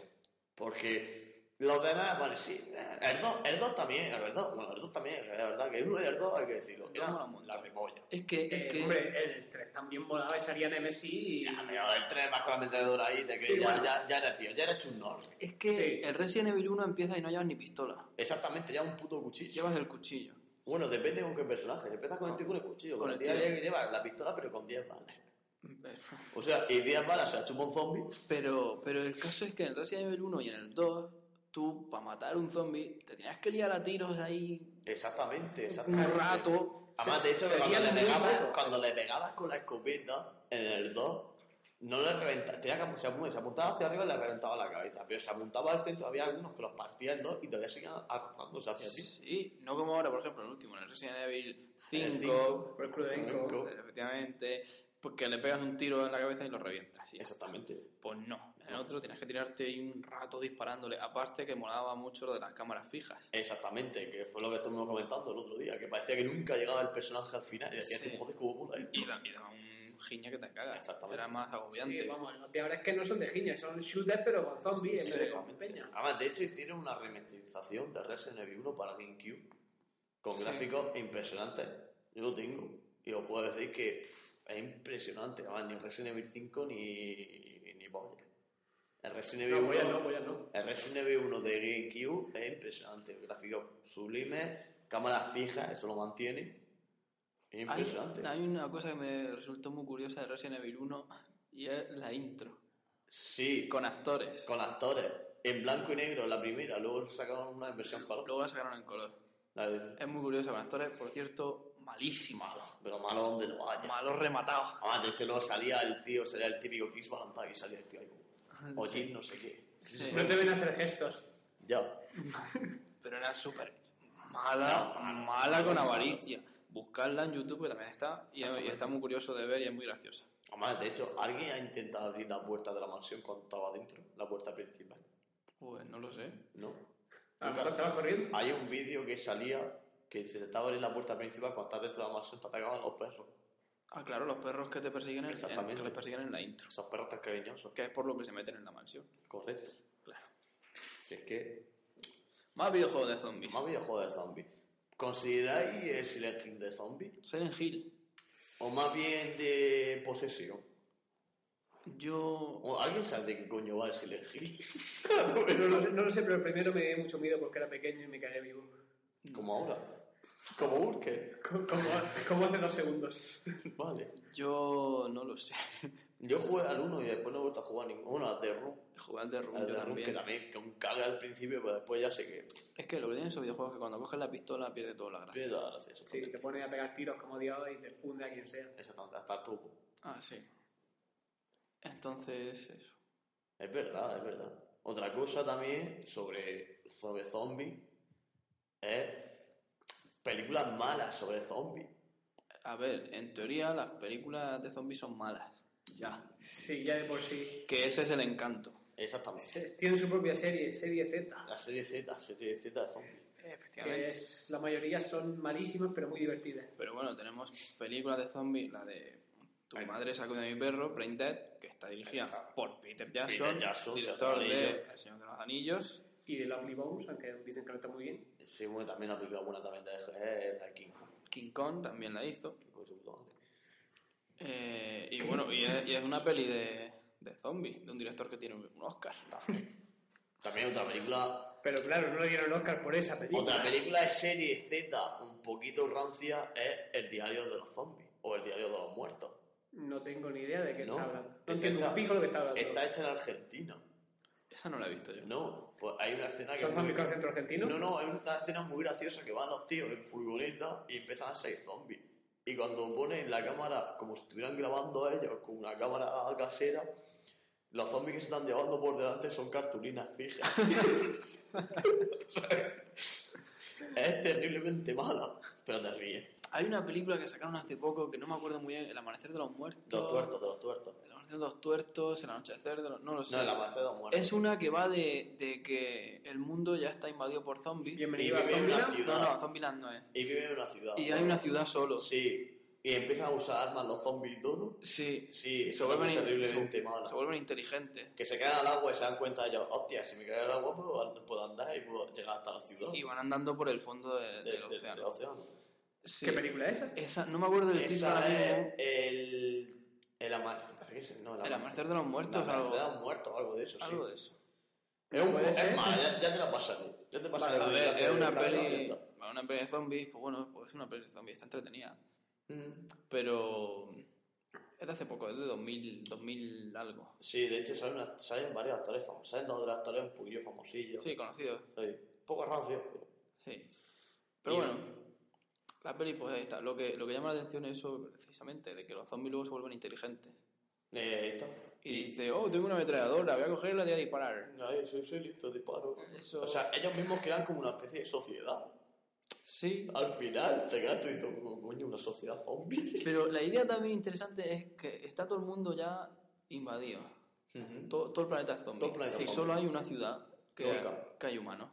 Porque los demás, vale, sí. eh, El 2, el 2 también, el 2, bueno, el 2 también, la verdad que el 1 y el 2 hay que decirlo.
El dos
Era
mola un montón.
la remolla.
Es que,
Eh,
es que
hombre, el 3 también volaba y salía Nemesis y...
Ya, pero el 3 más con la metralladora ahí, de que
Sí,
ya,
bueno.
ya, ya era tío, ya era chunor.
es que
Sí.
el Resident Evil 1 empieza y no llevas ni pistola.
Exactamente, ya un puto cuchillo.
Llevas el cuchillo.
Bueno, depende con qué personaje. Empiezas con el tío con el cuchillo. Con el tío que lleva la pistola, pero con 10 balas. O sea, y 10 balas se la chupa un zombie.
Pero, pero el caso es que en el Resident Evil 1 y en el 2, tú, para matar un zombie, te tenías que liar a tiros ahí
Exactamente,
un
exactamente.
rato.
Además, de hecho,
Se-
cuando le,
serían muy
pegabas,
buenos.
cuando le pegabas con la escopeta en el 2, no le reventaba. Tenía que apu- se apu- se apuntaba hacia arriba y le reventaba la cabeza. Pero se apuntaba al centro, había algunos que los partían en dos y todavía siguen arrastrándose hacia ti.
Sí, no como ahora, por ejemplo, el último, en el Resident Evil
En el
5,
Por el Club de Vinco.
Vinco.
eh, efectivamente, porque le pegas un tiro en la cabeza y lo revientas. y ya.
Exactamente.
Pues no. En el otro tenías que tirarte ahí un rato disparándole. Aparte que molaba mucho lo de las cámaras fijas.
Exactamente, que fue lo que estuvimos comentando el otro día, que parecía que nunca llegaba el personaje al final y decías,
Sí.
tú, joder, cómo mola esto.
Y da, y da un giña que te cagas.
Exactamente.
Era más agobiante.
Sí, vamos, los de ahora es que no son de giña, son shooters pero con zombies en vez de con peña.
Además, de hecho, hicieron una remasterización de Resident Evil 1 para GameCube con
Sí.
gráficos impresionantes. Yo lo tengo y os puedo decir que pff, es impresionante. Además, ni Resident Evil 5 ni, ni, ni polla. El Resident Evil
No,
1
voy a no, voy a no.
El Resident Evil 1 de GameCube es impresionante. Gráficos sublimes, cámara fija, eso lo mantiene. Es
Hay,
impresionante.
hay una cosa que me resultó muy curiosa de Resident Evil 1 y es la intro.
Sí, con,
Con actores.
con actores. En blanco y negro, la primera, luego sacaron una versión color.
Luego la sacaron en color.
La de-
Es muy curiosa con actores, por cierto, malísima.
Pero malo donde lo haya.
Malos rematados.
Además, de hecho, luego salía el tío, salía el típico Chris Valentine y salía el tío ahí como, Oye, no sé qué.
Sí.
No deben hacer gestos.
Ya.
Pero era súper mala, mala con avaricia. Buscarla en YouTube, que también está, y, y está muy curioso de ver y es muy graciosa.
Además, de hecho, alguien ha intentado abrir la puerta de la mansión cuando estaba dentro, la puerta principal.
Pues no lo sé.
No.
A lo mejor estaba corriendo.
Hay un vídeo que salía que se te estaba abriendo la puerta principal cuando estás dentro de la mansión te atacaban los perros.
Ah, claro, los perros que te persiguen en, en-
Exactamente.
que los persiguen en la intro,
Esos perros tan cariñosos.
que es por lo que se meten en la mansión.
Correcto.
Claro.
Si es que...
Más videojuegos de zombies.
Más videojuegos de zombies. ¿Consideráis el Silent Hill de zombies?
Silent Hill.
¿O más bien de posesión?
Yo.
¿O ¿Alguien sabe de qué coño va el Silent Hill?
No lo, sé, no lo sé, pero el primero me dio mucho miedo porque era pequeño y me cagué vivo.
Como ahora. Como Urkel.
Co- Como, como hace dos segundos.
Vale.
Yo no lo sé.
Yo jugué al 1 y después no he vuelto a jugar ninguno. Bueno, al The Room.
Jugar Ah, de Room,
Al
yo
The Room que
también.
también, que un caga al principio, pero después ya sé que...
Es que lo que tienen esos videojuegos es que cuando coges la pistola pierde toda la gracia.
Pierde la gracia,
Sí,
exactamente.
te pones a pegar tiros como diablo y te funde a quien sea.
Exactamente, hasta el tubo.
Ah, sí. Entonces, eso.
Es verdad, es verdad. Otra cosa también sobre, sobre zombies es películas malas sobre zombies.
A ver, en teoría las películas de zombies son malas. Ya.
Sí, ya de por sí.
Que ese es el encanto.
Exactamente.
Se- Tiene su propia serie, serie Z.
La serie Z, serie Z de zombies.
Que es, la mayoría son malísimas pero muy divertidas.
Pero bueno, tenemos películas de zombies, la de Tu madre sacó de mi perro, Brain Dead, que está dirigida por Peter Jackson,
Peter Jackson,
director
Señor de
de
Anillos.
El Señor de los Anillos.
Y de Lovely Bones, aunque dicen que no está muy bien.
Sí, bueno, también la película buena también de, es de King Kong.
King Kong también la hizo.
King Kong es un don.
Eh, y bueno, y es, y es una peli de, de zombies, de un director que tiene un Oscar.
También otra película.
Pero claro, no le dieron Oscar por esa película.
Otra película de serie Z un poquito rancia es El diario de los zombies o El diario de los muertos.
No tengo ni idea de qué
No.
está hablando.
Está
No entiendo
hecha-
un pico lo que está hablando.
Está hecha en Argentina.
Esa no la he visto yo.
No, pues hay una escena que...
¿Son
es muy-
zombies con centro argentino?
No, no, es una escena muy graciosa que van los tíos en furgoneta y empiezan a salir zombies. Y cuando ponen la cámara, como si estuvieran grabando a ellos con una cámara casera, los zombies que se están llevando por delante son cartulinas fijas. es terriblemente mala, pero te ríes.
Hay una película que sacaron hace poco que no me acuerdo muy bien, El amanecer de los muertos.
De los tuertos, de los tuertos.
El amanecer de los tuertos, El anochecer de los... No lo sé.
No, el avance de los muertos.
Es una que va de, de que el mundo ya está invadido por zombies.
Y
Bienvenido a
vive en una
Zombieland.
No, no,
ciudad.
Zombieland no es.
Y vive en una ciudad.
Y hay una ciudad solo.
Sí. Y empiezan a usar armas los zombies y todo.
Sí.
Sí,
Se
eso es
vuelven, in-
terriblemente
se-
mala.
se vuelven inteligentes.
que se caen al agua y se dan cuenta ellos, hostia, si me caigo al agua puedo, and- puedo andar y puedo llegar hasta la ciudad.
Y van andando por el fondo
de-
de- del
de-
océano.
del océano.
Sí.
¿Qué película es esa?
Esa, no me acuerdo del título
Esa
ahora
es
mismo.
¿eh?
el... El amanecer, ¿qué es? No,
El amanecer de los muertos,
El amanecer de
algo,
los muertos, algo de eso, sí.
algo de eso.
Es, un,
Puede
es
ser.
mala, ya, ya te la pasaré. Ya te pasaré.
A
la
ver, es
publicación
una
de la
peli,
herramienta.
una peli de zombies, pues bueno, pues es una peli de zombies, está entretenida.
Mm.
Pero es de hace poco, es de 2000, 2000 algo.
Sí, de hecho salen, una- salen varios actores famosos, salen dos de los actores un poquillo famosillos.
Sí, conocido,
Sí. Poco rancios, pero...
sí. Pero
Y-
bueno, la peli pues ahí está. Lo que, lo que llama la atención es eso precisamente, de que los zombies luego se vuelven inteligentes.
Eh, esto.
Y dice, oh, tengo una ametralladora, voy a cogerla y voy a disparar.
No, yo soy, soy listo, disparo.
Eso-
O sea, ellos mismos crean como una especie de sociedad.
Sí,
Al final te quedas tú y dices, "Co- coño, una sociedad zombie.
pero la idea también interesante es que está todo el mundo ya invadido. Todo, todo el planeta es zombie.
Todo el planeta
si
zombie.
solo hay una ciudad que,
Loca.
que hay humanos.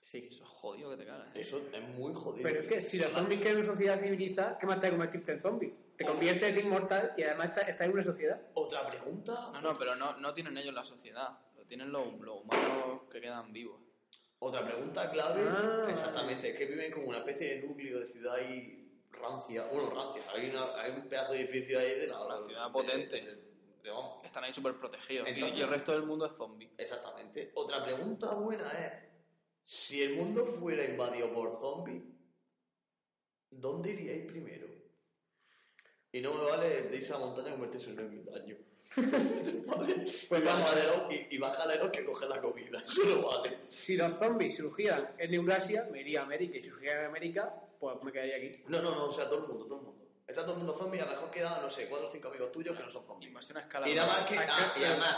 Sí.
Eso es jodido que te cagas. ¿eh?
Eso es muy jodido.
Pero es que si los zombies quieren una sociedad civilizada, ¿qué más te da que convertirte en zombie? Te conviertes en inmortal y además estás en una sociedad.
Otra pregunta.
No, no, pero no, no tienen ellos la sociedad. Lo tienen los, los humanos que quedan vivos.
Otra pregunta clave.
Ah.
Exactamente. Es que viven como una especie de núcleo de ciudad ahí rancia. Bueno, rancia. Hay, una- hay un pedazo de edificio ahí de la
Una ciudad
de-
potente.
de- de- vamos.
Están ahí súper protegidos.
Entonces-
y el resto del mundo es zombie.
Exactamente. Otra pregunta buena es, si el mundo fuera invadido por zombies, ¿dónde iríais primero? Y no me vale de irse a la montaña a convertirse en un ermitaño. ¿Vale?
Pues
y, baja
vale.
al Ero- y, y baja al Ero que coge la comida. Eso no vale.
Si los zombies surgieran en Eurasia, me iría a América. Y si surgieran en América, pues me quedaría aquí.
No, no, no, o sea, todo el mundo, todo el mundo. Está todo el mundo zombie y a lo mejor quedan, no sé, cuatro o cinco amigos tuyos que no son zombies.
Invasión a escala.
Y nada más que,
Acá-
ah, y además,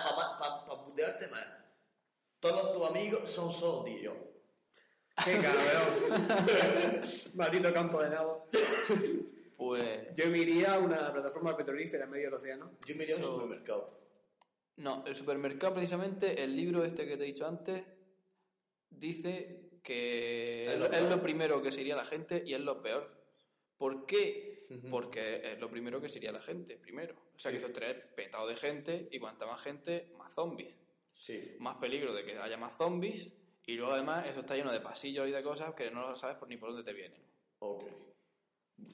para putearte más, todos los- tus amigos son solo tíos.
¡Qué cabrón! Maldito campo de nabo.
Pues.
Yo me iría a una plataforma petrolífera en medio del océano.
Yo me iría a un
Eso-
supermercado.
No, el supermercado, precisamente, el libro este que te he dicho antes, dice que
Es
es
lo
lo,
peor.
primero que sería la gente y es lo peor. ¿Por qué?
Ujú.
Porque es lo primero que sería la gente, primero. O sea,
Sí.
que eso trae petado de gente y cuanta más gente, más zombies.
Sí.
Más peligro de que haya más zombies y luego además eso está lleno de pasillos y de cosas que no lo sabes por ni por dónde te vienen.
Ok.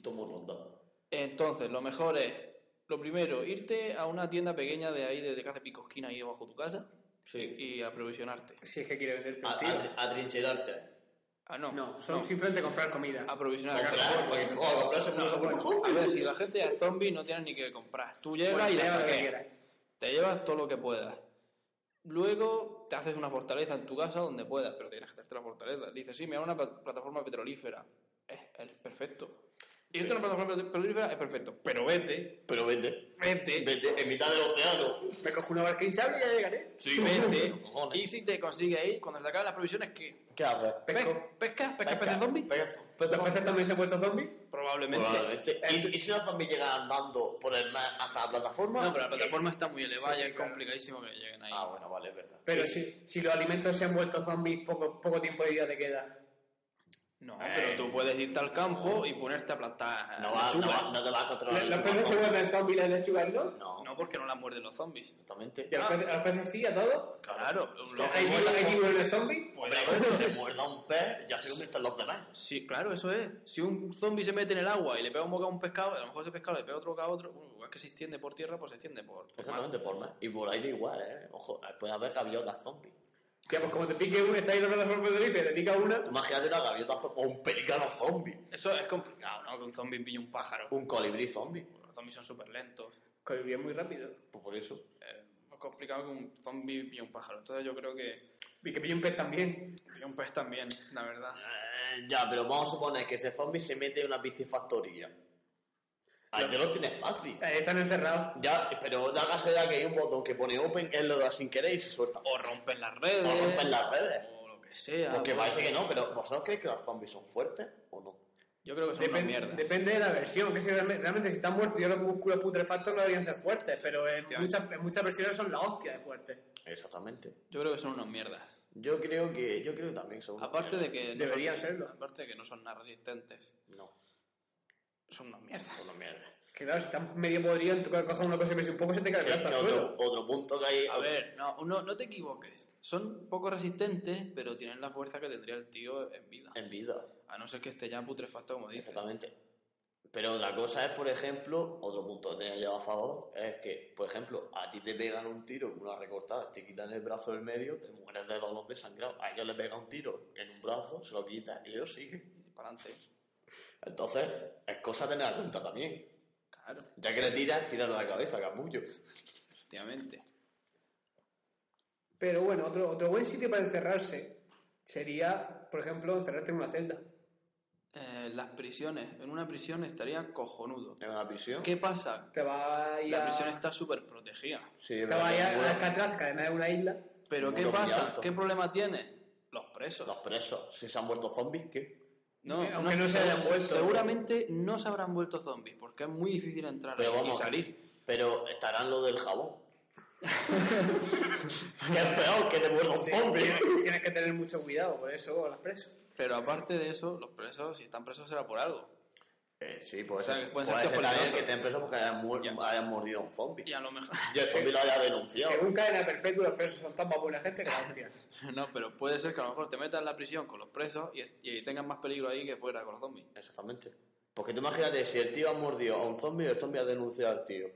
Tomo ronda.
Entonces, lo mejor es, lo primero, irte a una tienda pequeña de ahí, de casa pico esquina, ahí bajo tu casa
Sí.
y aprovisionarte.
Si es que quiere venderte
A,
un tío.
a, atrincherarte.
Ah, no.
No, son simplemente comprar comida.
Aprovisionar.
Comprar, para que coja, comprarse unos seguros
A
zombies.
ver, si la gente es zombie, no tienes ni que comprar. Tú llegas
Bueno,
y la
Pues lleva lo que
saqueas.
quieras.
Te llevas todo lo que puedas. Luego te haces una fortaleza en tu casa donde puedas, pero tienes que hacerte la fortaleza. Dices, sí, me hago una pla- plataforma petrolífera. Es, es perfecto. Irte a una plataforma pet- petrolífera es perfecto. Pero vete,
Pero vete.
vete,
Vete, en mitad del océano.
Me cojo una barca hinchable y ya llegaré.
Sí,
vete.
Cojones.
Y si te consigues ir, cuando se te acaban las provisiones, ¿qué?
¿Qué haces?
Pesco.
¿Pescas? ¿Pescas peces zombie?
¿Los peces también se han puesto zombies?
Probablemente.
Probablemente. ¿Y, y si los zombies llegan andando por el mar hasta la plataforma?
No, pero la plataforma está muy elevada
Sí, sí,
y es
claro.
complicadísimo que lleguen ahí.
Ah, bueno, vale, es verdad.
Pero si, si los alimentos se han vuelto zombies, poco, poco tiempo de vida te queda.
No, pero tú puedes irte al campo y ponerte a plantar.
No, va, no,
lechuga.
va- no te vas a controlar.
¿Los
el
los peces se
supermercado.
vuelven zombies las lechugas, no?
No,
No, porque no la muerden los zombies.
exactamente.
¿Y a los
Ah.
peces, a los peces sí, a todos?
Claro, lo que
¿Hay
muerda-
tiburones- hay tiburones zombies?
pues,
Hombre,
a
cuando
ver,
se muerda un pez, ya sé dónde están los demás.
Sí, claro, eso es. Si un zombie se mete en el agua y le pega un boca a un pescado, a lo mejor ese pescado le pega otro boca a otro, bueno, igual que se extiende por tierra, pues se extiende por, por mar.
Exactamente, por más. Y por aire igual, ¿eh? Ojo, puede haber gaviotas zombies.
Tía, pues como te pique una, está ahí la plataforma de Life, te pica una.
Tú imagínate una gaviota zo- o un pelícano zombie.
Eso es complicado, ¿no? Que un zombie pille un pájaro.
Un colibrí zombie.
Los zombies son súper lentos.
Colibrí es muy rápido.
Pues por eso.
Eh, es complicado que un zombie pille un pájaro. Entonces yo creo que
Y que pille un pez también.
pille un pez también, la verdad.
Eh, ya, pero vamos a suponer que ese zombie se mete en una bicifactoría. Ahí te lo tienes fácil.
Ahí están encerrados.
Ya, pero da casualidad que hay un botón que pone open, él lo da sin querer y se suelta.
O rompen las redes.
O rompen las redes.
O lo que sea.
Porque
bueno.
parece que no, pero ¿vosotros creéis que los zombies son fuertes o no?
Yo creo que son una
Depen-
mierda.
depende de la versión. Que si realme- realmente, si están muertos, yo los músculos putrefactos no deberían ser fuertes, pero en
Hostia.
muchas, en muchas versiones son la hostia de fuertes.
Exactamente.
Yo creo que son unos mierdas.
Yo creo que, yo creo que también son...
Aparte de que... no
Deberían
son-
serlo.
Aparte de que no son nada resistentes.
No,
Son unos mierdas.
son una mierda.
Que claro, si están medio podridos, tú coges una cosa y ves un poco, se te cae el
Que-
brazo
que
al suelo.
otro, otro punto que hay...
A ver, no, no, no te equivoques. Son poco resistentes, pero tienen la fuerza que tendría el tío en vida.
En vida.
A no ser que esté ya putrefacto, como dices.
Exactamente. Pero la cosa es, por ejemplo, otro punto que tenía yo a favor, es que, por ejemplo, a ti te pegan un tiro con una recortada, te quitan el brazo del medio, te mueres de dolor de sangrado. A ellos le pega un tiro en un brazo, se lo quita y ellos siguen.
Para adelante.
Entonces, es cosa de tener en cuenta también.
Claro,
Ya que le tiras, tíralo a la cabeza, capullo.
efectivamente.
Pero bueno, otro, otro buen sitio para encerrarse sería, por ejemplo, encerrarte en una celda.
Eh, las prisiones. En una prisión estaría cojonudo.
En una prisión.
¿Qué pasa?
Te vas a ir
La
a...
prisión está súper protegida.
Sí,
Te
es
vas a ir
verdad,
a
bueno,
Alcatraz, que además es una isla.
Pero
Un
¿qué
muro muy
pasa?
alto.
¿Qué problema tiene? Los presos.
Los presos, si se han vuelto zombies, ¿qué?
No,
Eh, aunque no se hayan
seguro-
vuelto.
Seguramente no se habrán vuelto zombies, porque es muy difícil entrar
Pero
ahí
vamos.
y salir.
Pero estarán lo del jabón. que es peor que te muerda un zombie.
Tienes que tener mucho cuidado por eso con las presas.
Pero aparte de eso, los presos, si están presos será por algo.
Eh, sí, puede
O sea,
ser.
que pueden
puede
ser
ser también
sospechosos.
que estén presos porque hayan, muer-
Ya.
hayan mordido a un zombie.
Y a lo mejor...
Y el zombie lo haya denunciado.
Según cadena perpetua, los presos son tan más buena gente que la hostia.
no, pero puede ser que a lo mejor te metas en la prisión con los presos y, y tengas más peligro ahí que fuera con los zombies.
Exactamente. Porque tú imagínate si el tío ha mordido a un zombie y el zombie ha denunciado al tío.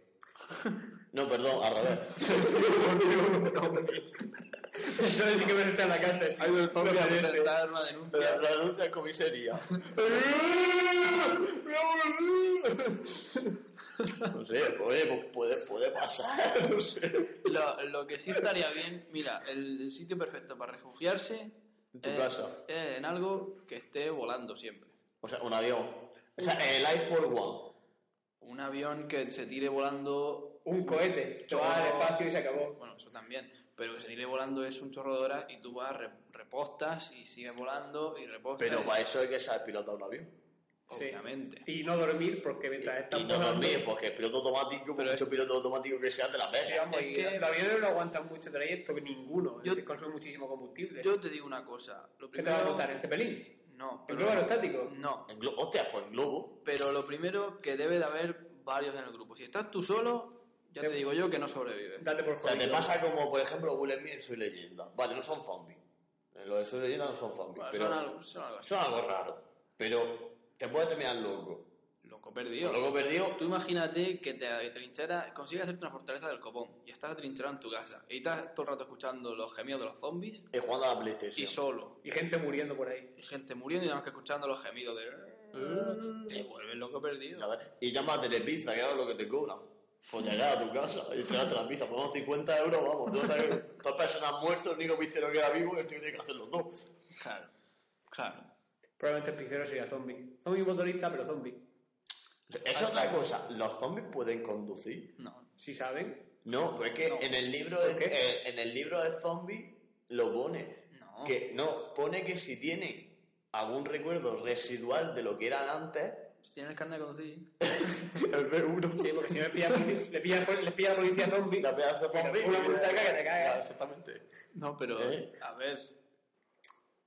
No, perdón, al revés.
Entonces sí que me senté en la cárcel. sí. Me parece.
una denuncia.
Pero la denuncia es comisaría. No sé, oye, pues puede, puede pasar, no sé.
Lo, lo que sí estaría bien, mira, el, el sitio perfecto para refugiarse
En tu
es-
casa.
es en algo que esté volando siempre.
O sea, un avión. O sea, el iPhone One.
Un avión que se tire volando,
Un cohete. Todo al espacio y se acabó.
bueno, eso también, pero que se tire volando es un chorro de horas y tú vas, re- repostas y sigues volando y repostas.
Pero
y-
para eso hay que saber pilotar un avión.
Sí.
Obviamente.
Y no dormir porque mientras estás
Y no
volando-
dormir, porque el piloto automático, por
Pero
mucho piloto automático que sea, te la
Sí,
pega.
eh, vamos,
Es
y
que-
Los aviones no aguantan mucho trayecto, ninguno.
Yo-
Es decir, consumen muchísimo combustible.
Yo te digo una cosa, lo
¿Qué te va a
primero- Ah,
contar? ¿En Cepelín?
No, Mm.
¿En
pero-
globo aerostático?
No,
En globo, hostia, pues en globo.
pero lo primero que debe de haber varios en el grupo. Si estás tú solo, ya
Te-
te digo yo que no sobrevives.
Date por
O sea,
jodido.
te pasa como, por ejemplo, Will Smith en Soy Leyenda. Vale, no son zombies. En Lo de Soy Leyenda no son zombies.
Bueno,
pero
son algo- son algo así.
son algo raro. Pero te puedes terminar loco.
Loco perdido.
Loco perdido,
Tú imagínate que te trincheras, consigues hacerte una fortaleza del copón y estás atrincherado en tu casa y estás todo el rato escuchando los gemidos de los zombies
y jugando a la
y
PlayStation.
solo.
Y gente muriendo por ahí.
Y gente muriendo y nada más que escuchando los gemidos de... Te vuelves loco
A
perdido.
ver, y llama a Telepizza, que es lo que te cobran. Pues llegar a tu casa y entregarte la pizza. Ponemos 50 euros, vamos. Dos, euros. dos personas muertas, el único pizzero que era vivo y el tío tiene que hacer los dos.
Claro, claro.
Probablemente el picero sería zombie. Zombie motorista, pero zombie.
Es otra cosa. ¿Los zombies pueden conducir?
No.
Si saben.
No, pero es que
No.
en el libro
¿Por qué?
de, eh, en el libro de zombies lo pone.
Ah.
No.
Que no, pone que si tienen algún recuerdo residual de lo que eran antes,
Si tienes carne de conducir...
el B1
Sí, porque si no le pilla, polici- le pilla, poli- le pilla la policía zombie.
la pedazo de zombie.
Una multa que te cagas.
Ya, Exactamente.
No, pero...
¿Eh?
A ver...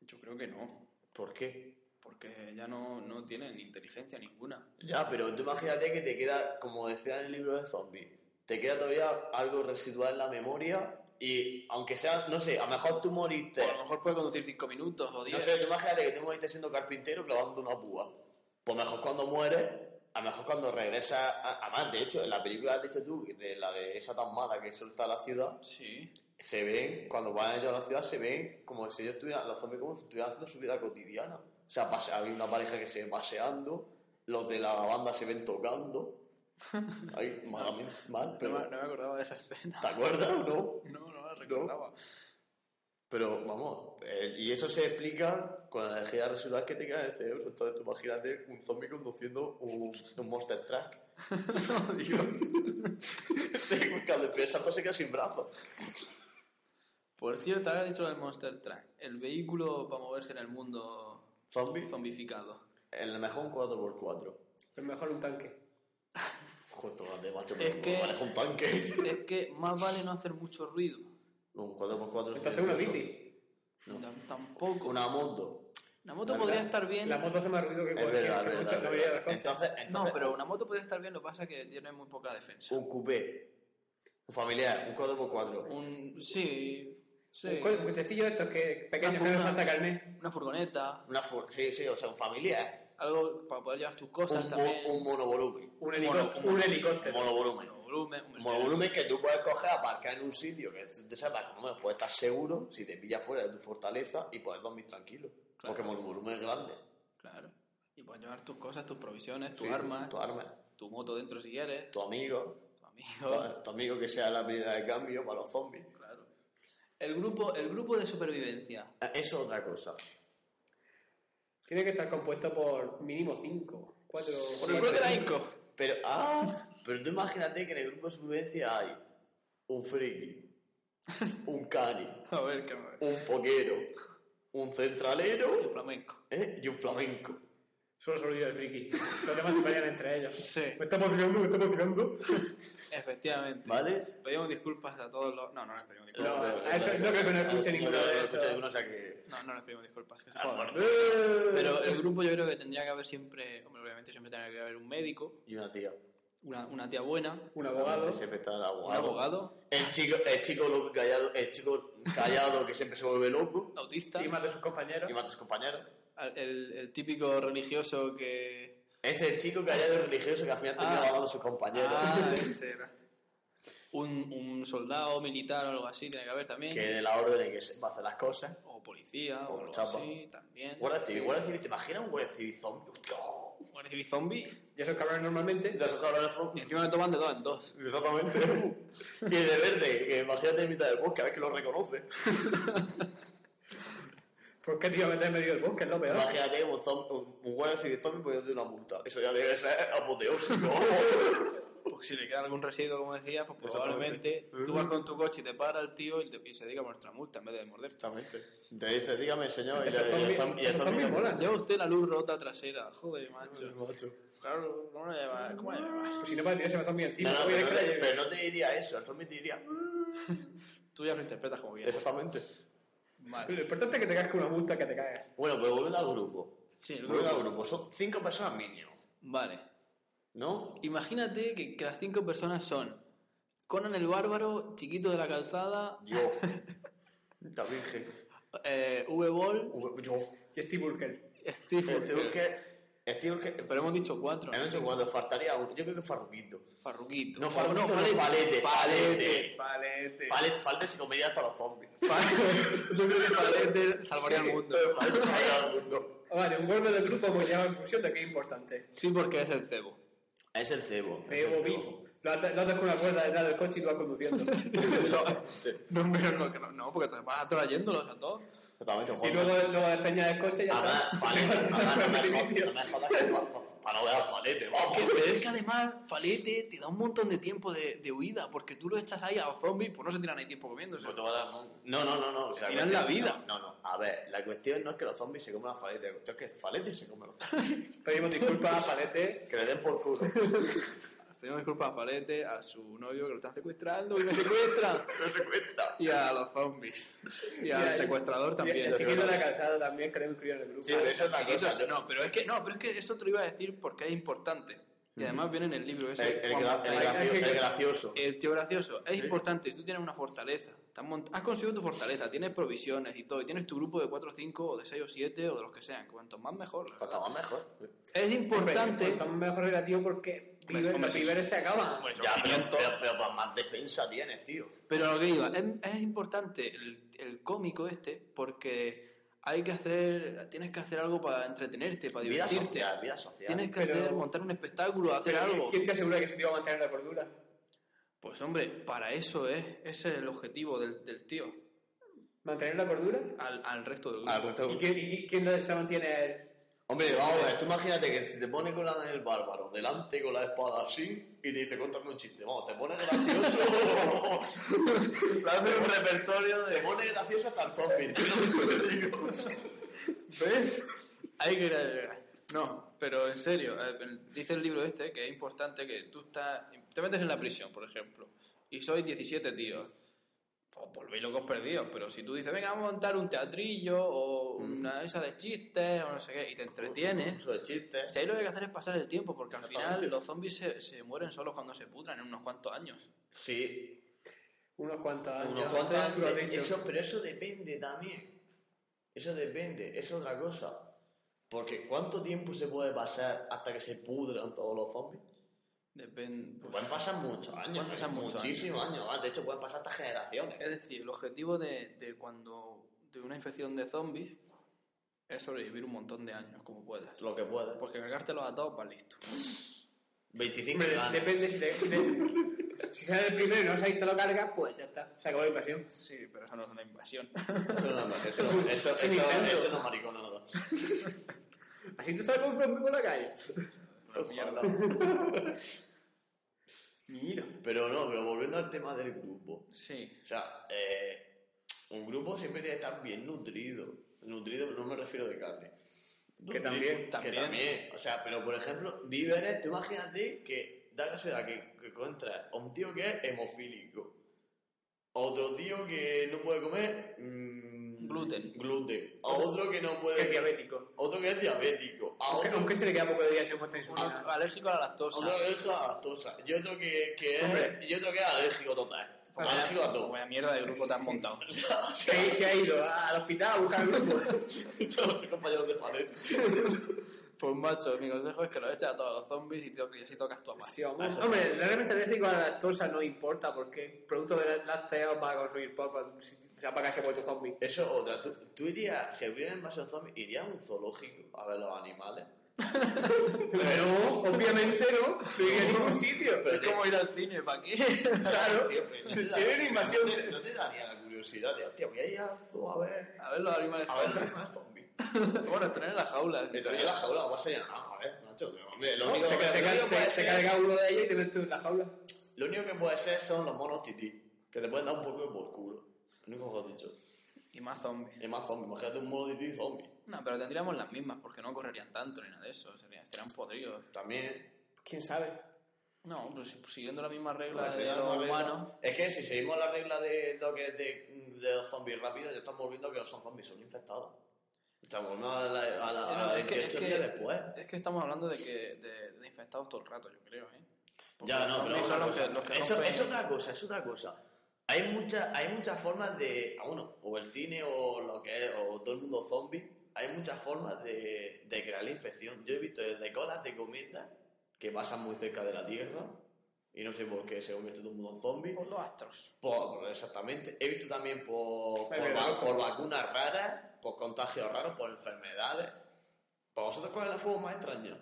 Yo creo que no.
¿Por qué?
Porque ya no, no tienen inteligencia ninguna.
Ya, pero tú imagínate que te queda, como decía en el libro de zombies, te queda todavía algo residual en la memoria y aunque sea, no sé, a lo mejor tú moriste.
O a lo mejor puede conducir 5 minutos o 10.
No sé, tú imagínate que tú moriste siendo carpintero clavando una púa. Pues mejor cuando mueres, a lo mejor cuando regresas. a- Además, de hecho, en la película has dicho tú, de la de esa tan mala que suelta la ciudad,
Sí.
se ven, cuando van ellos a la ciudad, se ven como si ellos estuvieran, los zombies como si estuvieran haciendo su vida cotidiana. O sea, pase- hay una pareja que se ve paseando, los de la banda se ven tocando. Ay, malamente, mal,
No, me-
pero.
no me acordaba de esa escena.
¿Te acuerdas o no?
No, no la recordaba.
Pero vamos, eh, y eso se explica con la energía residual que te queda en el cerebro. Entonces tú imagínate un zombie conduciendo un, un Monster Truck. ¡Oh, Dios! Cuando empieza a se queda sin brazos.
Por cierto, ahora he dicho lo del Monster Truck. El vehículo para moverse en el mundo
Zombie,
zombificado.
el mejor un 4x4.
Pero pues mejor un tanque.
Justo, grande, macho,
Es
pero
que-
maneja un tanque.
Es que más vale no hacer mucho ruido.
Un 4x4.
Entonces
sí,
una
eso.
bici.
Tam- Tampoco.
Una moto.
Una moto
La
podría
verdad,
estar bien.
La moto hace más ruido que
Es
cualquier
verdad,
que
es
mucha-
verdad.
la mayoría de las
verdad.
cosas.
Entonces,
No,
entonces,
pero una moto podría estar bien, lo que pasa es que tiene muy poca defensa.
Un coupé, un familiar, un 4x4.
Un- sí. Sí.
Un co- Un cochecillo de estos que pequeños que
Una
no
furga.
falta carnet.
Una furgoneta.
Una fu- sí, sí, o sea, un familiar.
Algo para poder llevar tus cosas
un,
también.
mo- un monovolumen.
Un helicóptero. Un
Un
helicóptero.
monovolumen.
volumen.
Un monovolumen que tú puedes coger, aparcar en un sitio que tú sepas que no menos puedes estar seguro si te pilla fuera de tu fortaleza y puedes dormir tranquilo.
Claro.
Porque el monovolumen es grande.
Claro. Y puedes llevar tus cosas, tus provisiones, tus
Sí,
armas, eh.
Tu arma.
tu moto dentro si quieres,
Tu amigo.
tu amigo.
Tu, tu amigo que sea la medida de cambio para los zombies.
Claro. El grupo, el grupo de supervivencia.
Eh, Eso es otra cosa.
Tiene que estar compuesto por mínimo 5, 4,
Pero, ah, pero tú imagínate que en el grupo de supervivencia hay un friki, un cani,
A ver, qué más.
un poquero, un centralero
flamenco.
¿eh? y un flamenco.
Solo sobrevive el friki. Los demás se pelean entre ellos.
Sí.
Pues-
Me está emocionando, me está emocionando.
Efectivamente.
¿Vale?
Pedimos disculpas a todos los... No, no les pedimos
No,
disculpas.
No,
a eso no creo que no escuche ninguno
no, no,
de
no escucha
esos.
ninguno, o sea que...
No, no les pedimos disculpas. que se
Ah,
jodan.
por-
Eh.
Pero el grupo yo creo que tendría que haber siempre... Hombre, obviamente siempre tendría que haber un médico,
Y una tía.
una, una tía buena,
Un abogado.
Siempre está el abogado.
un abogado,
El chico, el chico loco callado, el chico callado que siempre se vuelve loco.
autista,
Y más de sus compañeros.
Y mata a sus compañeros.
al- el, el típico religioso que...
Es el chico callado y religioso que al final termina
Ah.
matando a sus compañeros.
Ah, ese era. Un, un soldado militar o algo así tiene que haber también.
que de la orden en que se va a hacer las cosas.
O policía
O
o, algo
chapa.
así también.
Guardia civil, guardia civil, ¿te imaginas un guardia civil zombie? ¡Hostia!
Guardia civil zombie.
Y esos cabrones normalmente.
De esos cabrones
Y
zombies.
encima me toman de dos en dos.
Exactamente. y de verde, que imagínate en mitad del bosque, a ver que lo reconoce.
¿Por pues, qué te iba a meter en medio del bosque? Es lo peor.
Imagínate un, zom- un, un guardia civil zombie poniéndote una multa. Eso ya debe ser apoteósico.
Porque si le queda algún residuo, como decía, pues
Exactamente.
probablemente tú vas con tu coche y te para el tío y, te, y se diga nuestra multa en vez de morderte.
Exactamente. Te dice, dígame, señor.
Esos zombies-
zombi-
esos zombies
zombi-
molan.
Lleva usted la luz rota trasera. Joder, macho.
Macho.
Claro, ¿cómo la llevas? ¿Cómo la llevas?
Ah.
Pues si no para tirarse me zombie
No,
encima.
no,
voy a
pero, no
dejar
te,
de-
pero no te diría eso. El zombie te diría. "Mm".
Tú ya lo interpretas como quieras.
Exactamente.
Pero
Vale.
Lo importante es que te caes con una multa que te caes.
Bueno, pues volviendo al grupo.
Sí, el
Volviendo al
grupo.
grupo. Son cinco personas mínimo.
Vale.
¿No?
Imagínate que, que las cinco personas son Conan el Bárbaro, Chiquito de la Calzada,
Yo. La Virgen.
eh, V-Ball,
Yo.
Y Steve Urkel.
Steve.
Steve
Urkel.
Urkel. Steve Urkel.
Pero hemos dicho cuatro.
Me han Este dicho cuando faltaría uno. Yo creo que Farruquito.
Farruquito.
No, Farruquito, no, Palete. Palete.
Palete.
Palete, Palete se comería hasta los zombies.
Yo creo que Palete salvaría
Sí.
al mundo.
Palete salvaría al mundo.
Vale, un gordo del grupo hemos llegado a la conclusión de que es importante.
Sí, porque es el cebo.
Es el cebo. es el
Cebo vivo. Lo atas lo atas con una cuerda detrás del coche y lo vas conduciendo.
Exactamente.
No, pero no, que no, no, porque te vas atrayéndolos a todos.
Exactamente, Ah,
y
Juan.
luego, luego despeñas el coche y ya
Además,
está.
Palete, además, no me jodas- no
Tío.
me jodas que va- pa- para no ver al Palete, vamos.
Pero es que además, Falete te da un montón de tiempo de, de huida, porque tú lo echas ahí a los zombies, pues no se tiran ahí tiempo comiéndose.
Pues te va a dar- No, no, no, no.
tiran
cuestión-
la vida.
No, no. A ver, la cuestión no es que los zombies se coman a Falete, la cuestión es que Falete se come a los zombies.
Pedimos disculpas a Palete.
Que le den por culo.
Pedimos disculpas a Falete, a su novio que lo está secuestrando y me secuestra.
No se cuenta.
Y a los zombies. Y al
Y a-
secuestrador
Y
también.
el chiquito de la calzada también queremos incluir en el grupo.
Sí, pero eso es la
Chiquitos,
cosa. yo
no, pero es que no, pero es que eso te lo iba a decir porque es importante. Y además viene en el libro
El,
ese.
el,
Juan
gra- el
Montaña.
gracioso, el gracioso.
El tío gracioso, es importante, tú tienes una fortaleza, estás mont- has conseguido tu fortaleza, tienes provisiones y todo, y tienes tu grupo de 4 o 5 o de 6 o 7 o de los que sean, cuanto más mejor. la
Pues
verdad.
está más mejor.
Es importante,
Estamos mejor relativo porque
Hombre,
vive-
hombre,
los
sí, sí.
víveres se acaban.
Ya, pero, pero, pero pues más defensa tienes, tío.
pero a lo que iba, es, es importante el, el cómico este porque hay que hacer, tienes que hacer algo para entretenerte, para
Vida
divertirte,
social, vida social.
tienes que
pero-
hacer, montar un espectáculo, hacer algo.
¿Quién te asegura que se te va a mantener la cordura?
Pues hombre, para eso es, ese es el objetivo del, del tío,
¿Mantener la cordura?
al, al resto del grupo.
Ah, pues está
¿Y
bueno.
quién, y quién lo- se mantiene el-
Hombre, vamos a ver, tú imagínate que se te pone con la del bárbaro delante con la espada así y te dice, contame un chiste. Vamos, te pone gracioso. Le hace un repertorio de... Se pone gracioso hasta el zombie.
¿Ves? Hay que ir a- No, pero en serio, eh, el- dice el libro este que es importante que tú estás... Te metes en la prisión, por ejemplo, y sois 17 tíos. Pues volvéis locos perdidos, pero si tú dices, venga, vamos a montar un teatrillo o una esa de chistes o no sé qué, y te entretienes...
Eso de chiste.
Si ahí lo que hay que hacer es pasar el tiempo, porque al
Exactamente.
final los zombies se, se mueren solos cuando se pudran en unos cuantos años.
Sí.
unos cuantos años?
Unos cuantos
Tú lo has
antes,
dicho.
eso, pero eso depende también. Eso depende, es otra cosa. Porque ¿cuánto tiempo se puede pasar hasta que se pudran todos los zombies?
Depende... pues,
Pueden pasar muchos años,
Pueden pasar
¿eh?
muchos
muchísimos años. más. De hecho, pueden pasar hasta generaciones.
Es decir, el objetivo de, de cuando de una infección de zombies es sobrevivir un montón de años, como puedas.
Lo que pueda.
Porque cagártelos a todos, vas listo.
25
Hombre,
años.
depende si, te, si, te- si sale el primero y no sale y te lo cargas, pues ya está. Se acabó la invasión.
Sí, pero eso no es una invasión.
Eso no, no, eso, eso, eso,
Es un intento.
eso no es maricón, no, no.
Así tú sales con un zombie por la calle. Mira.
Pero no, pero volviendo al tema del grupo.
Sí.
O sea, eh, un grupo siempre tiene que estar bien nutrido. Nutrido no me refiero de carne.
Que también.
Que también. O sea, pero por ejemplo, víveres, tú imagínate que da casualidad que, que encuentras a un tío que es hemofílico, a otro tío que no puede comer mm,
Gluten.
gluten, a otro que no
Es
puede, a
diabético.
otro que es diabético, a
Aunque,
otro
aunque se le queda poco de día si no muestra
Uno
insulina.
Alérgico a la lactosa.
Otra vez a lactosa. Y otro que, que
Hombre. Pues
es. Y otro que es alérgico total. Alérgico a todo.
Buena mierda de grupo te has montado.
O
Que,
sea,
ha- que ha ido al hospital a buscar el grupo.
todos los compañeros de pared.
Pues macho, mi consejo es que lo eches a todos los zombies y, te- y así tocas tu
Sí, hombre, hombre, realmente alérgico a la lactosa no importa porque productos de lácteos va a consumir poco. Si se va a cagar se ha vuelto zombie.
Eso es otra. Tú, tú irías, si hubiera invasión zombie, irías a un zoológico a ver los animales.
Pero no, obviamente no. Estoy en ningún sitio.
Pero
Es como ir al cine, ¿para qué?
Claro,
Tío, pues, pero no te
si
daría-
hay una invasión
No te,
de-
no te daría la curiosidad de, hostia, voy a ir al zoo a ver.
A ver los animales.
A ver los animales zombies.
Bueno, estar en la jaula.
Me traía la jaula, vas a ir a naranja, ¿eh? Macho, pero, hombre, lo único
te,
que
te,
lo único que puede
te- te
ser-
carga uno de ellos y te metes tú en la jaula.
Lo único que puede ser son los monos tití, que te pueden dar un poco por culo. Lo único que has dicho.
Y más zombies.
Es más zombie, imagínate un modo de zombie.
No, pero tendríamos las mismas porque no correrían tanto ni nada de eso. Serían, estarían podridos.
También.
¿Quién sabe?
No, pues si- siguiendo la misma
¿eh?
regla
Pues,
de
sería
los
una regla-
humanos.
Es que si seguimos la regla de lo que de, de los zombies rápidos, ya estamos viendo que no son zombies, son infectados. Estamos volviendo a la, a la,
Sí, no,
a
es que-
28
es que-
días después.
Es que estamos hablando de que de, de infectados todo el rato, yo creo, ¿eh? Porque
Ya,
los
no, pero
zombies
otra
son los
cosa.
que, los que
eso,
rompen-
es otra cosa, es otra cosa. Hay, mucha, hay muchas formas de, a uno, o el cine o lo que es, o todo el mundo zombie, hay muchas formas de, de crear la infección. Yo he visto desde colas de cometas que pasan muy cerca de la Tierra y no sé por qué se convierte todo el mundo en zombie.
Por los astros.
Por, exactamente. He visto también por,
Ay,
por,
me
va-
loco.
por vacunas raras, por contagios raros, por enfermedades. ¿Para vosotros cuál es la forma más extraña?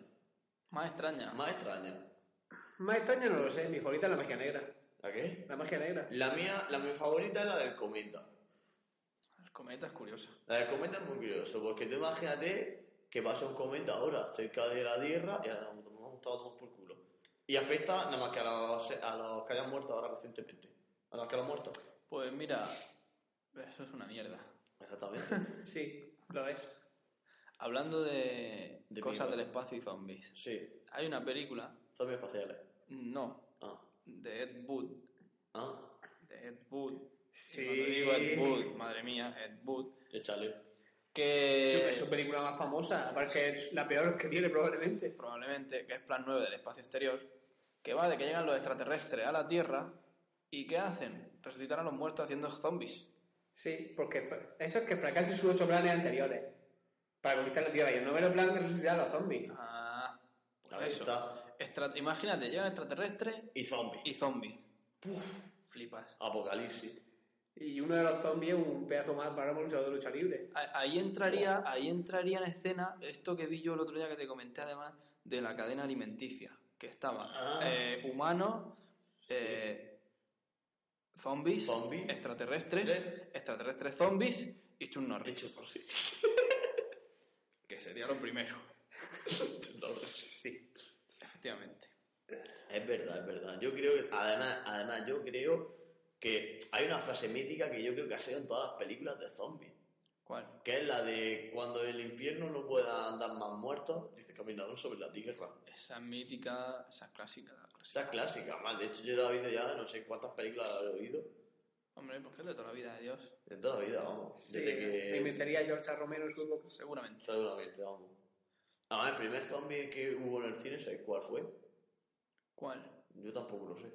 Más extraña.
Más extraña.
Más extraño no lo sé. Mi favorita es la magia negra.
¿A qué?
La magia negra.
La mía, la mi favorita es la del cometa.
El cometa es curioso.
La del cometa es muy curioso, porque tú imagínate que pasa un cometa ahora cerca de la Tierra y ahora nos hemos estado todos por culo. Y afecta nada más que a los, a los que hayan muerto ahora recientemente. A los que han muerto.
Pues mira, eso es una mierda.
Exactamente.
Sí, lo es.
Hablando de,
De
cosas
mierda.
del espacio y zombies.
sí,
Hay una película,
zombies espaciales.
no,
Ah,
de Ed Wood.
ah,
De Ed Wood.
Sí.
Y cuando digo Ed Wood, madre mía, Ed Wood.
échale.
Que
es
eh.
su película más famosa, aparte que es la peor que tiene probablemente.
probablemente, que es Plan 9 del espacio exterior, que va de que llegan los extraterrestres a la Tierra y ¿qué hacen? Resucitar a los muertos haciendo zombies.
Sí, porque fra- eso es que fracasen sus ocho planes anteriores para conquistar la Tierra. Y el noveno plan es resucitar a los zombies.
Ah, pues
Ahí
eso.
está.
Extra- Imagínate, llegan extraterrestres
Y zombies.
y zombies. Flipas.
Apocalipsis.
Y uno de los zombies es un pedazo más para un luchador de lucha libre.
A- Ahí entraría, ahí entraría en escena esto que vi yo el otro día que te comenté además de la cadena alimenticia, que estaba
Ah.
eh, humanos, eh, zombies,
Zombies.
extraterrestres,
Eh.
extratraterrestres zombies y Chun Norris,
Hecho por sí.
que sería lo primero.
Sí.
Efectivamente.
Es verdad, es verdad. Yo creo que, además, además, yo creo que hay una frase mítica que yo creo que ha sido en todas las películas de zombies.
¿Cuál?
que es la de cuando el infierno no pueda andar más muertos, dice caminaron sobre la tierra.
Esa mítica, esa clásica. la
Esa
clásica.
es clásica, más de hecho yo la he oído ya, no sé cuántas películas la he oído,
Hombre, ¿por qué de toda la vida de Dios?
de toda la vida, vamos.
Sí,
Desde
Me
que...
inventaría George Romero en su box.
Seguramente.
Seguramente, vamos. Ah, el primer zombie que hubo en el cine, ¿sabes cuál fue?
¿Cuál?
Yo tampoco lo sé.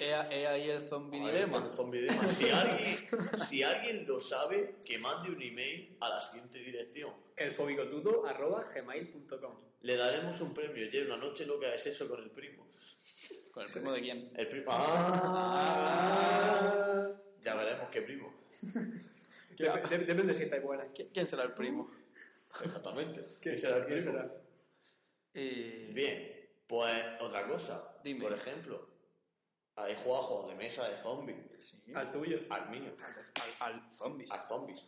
He, he ahí el zombie
Ahí está
dilema.
el zombie dilema. Si alguien, si alguien lo sabe, que mande un email a la siguiente dirección.
Elfobicotudo arroba gmail.com.
Le daremos un premio. Y una noche loca es eso con el primo.
¿Con el primo de quién?
El primo... ¡Ah! Ya veremos qué primo.
Dep- dep- Depende si estáis buenas.
¿Qui- ¿Quién será el primo?
Exactamente.
¿Quién
Ese era el
¿Quién
primo.
será?
Eh,
Bien, pues otra cosa.
Dime.
Por ejemplo, hay jugado a juegos de mesa de zombies.
sí. Al,
Al tuyo.
Al mío.
al zombies.
A zombies.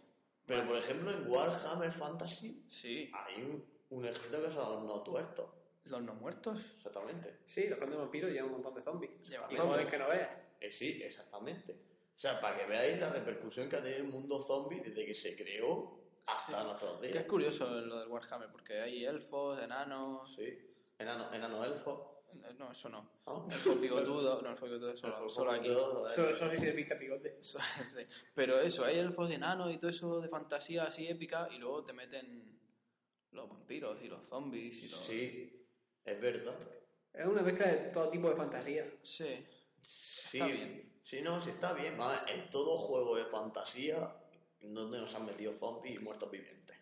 Pero por ejemplo, en Warhammer Fantasy
Sí.
hay un, un ejército que son los no tuertos.
Los no muertos.
Exactamente.
Sí, los condes vampiros llevan un montón de zombies.
Llevan
Y
zombies.
jóvenes que no veas.
Eh, sí, exactamente. O sea, para que veáis la repercusión que ha tenido el mundo zombie desde que se creó hasta nuestros
Que es
días.
curioso lo del Warhammer, porque hay elfos, enanos.
Sí. Enano, enano elfo.
eh, No, eso no.
¿no?
Elfos bigotudos. No, elfos bigotudos solo,
Elfos
solo aquí.
bigotudos,
Solo,
eh.
solo si se pinta bigote.
Eso, sí. Pero eso, hay elfos y enanos y todo eso de fantasía así épica y luego te meten los vampiros y los zombies y los...
Sí, es verdad.
Es una mezcla de todo tipo de fantasía.
Sí.
Sí,
Está bien.
sí, no, sí está bien. Vamos, en todo juego de fantasía, donde nos han metido zombies y muertos vivientes.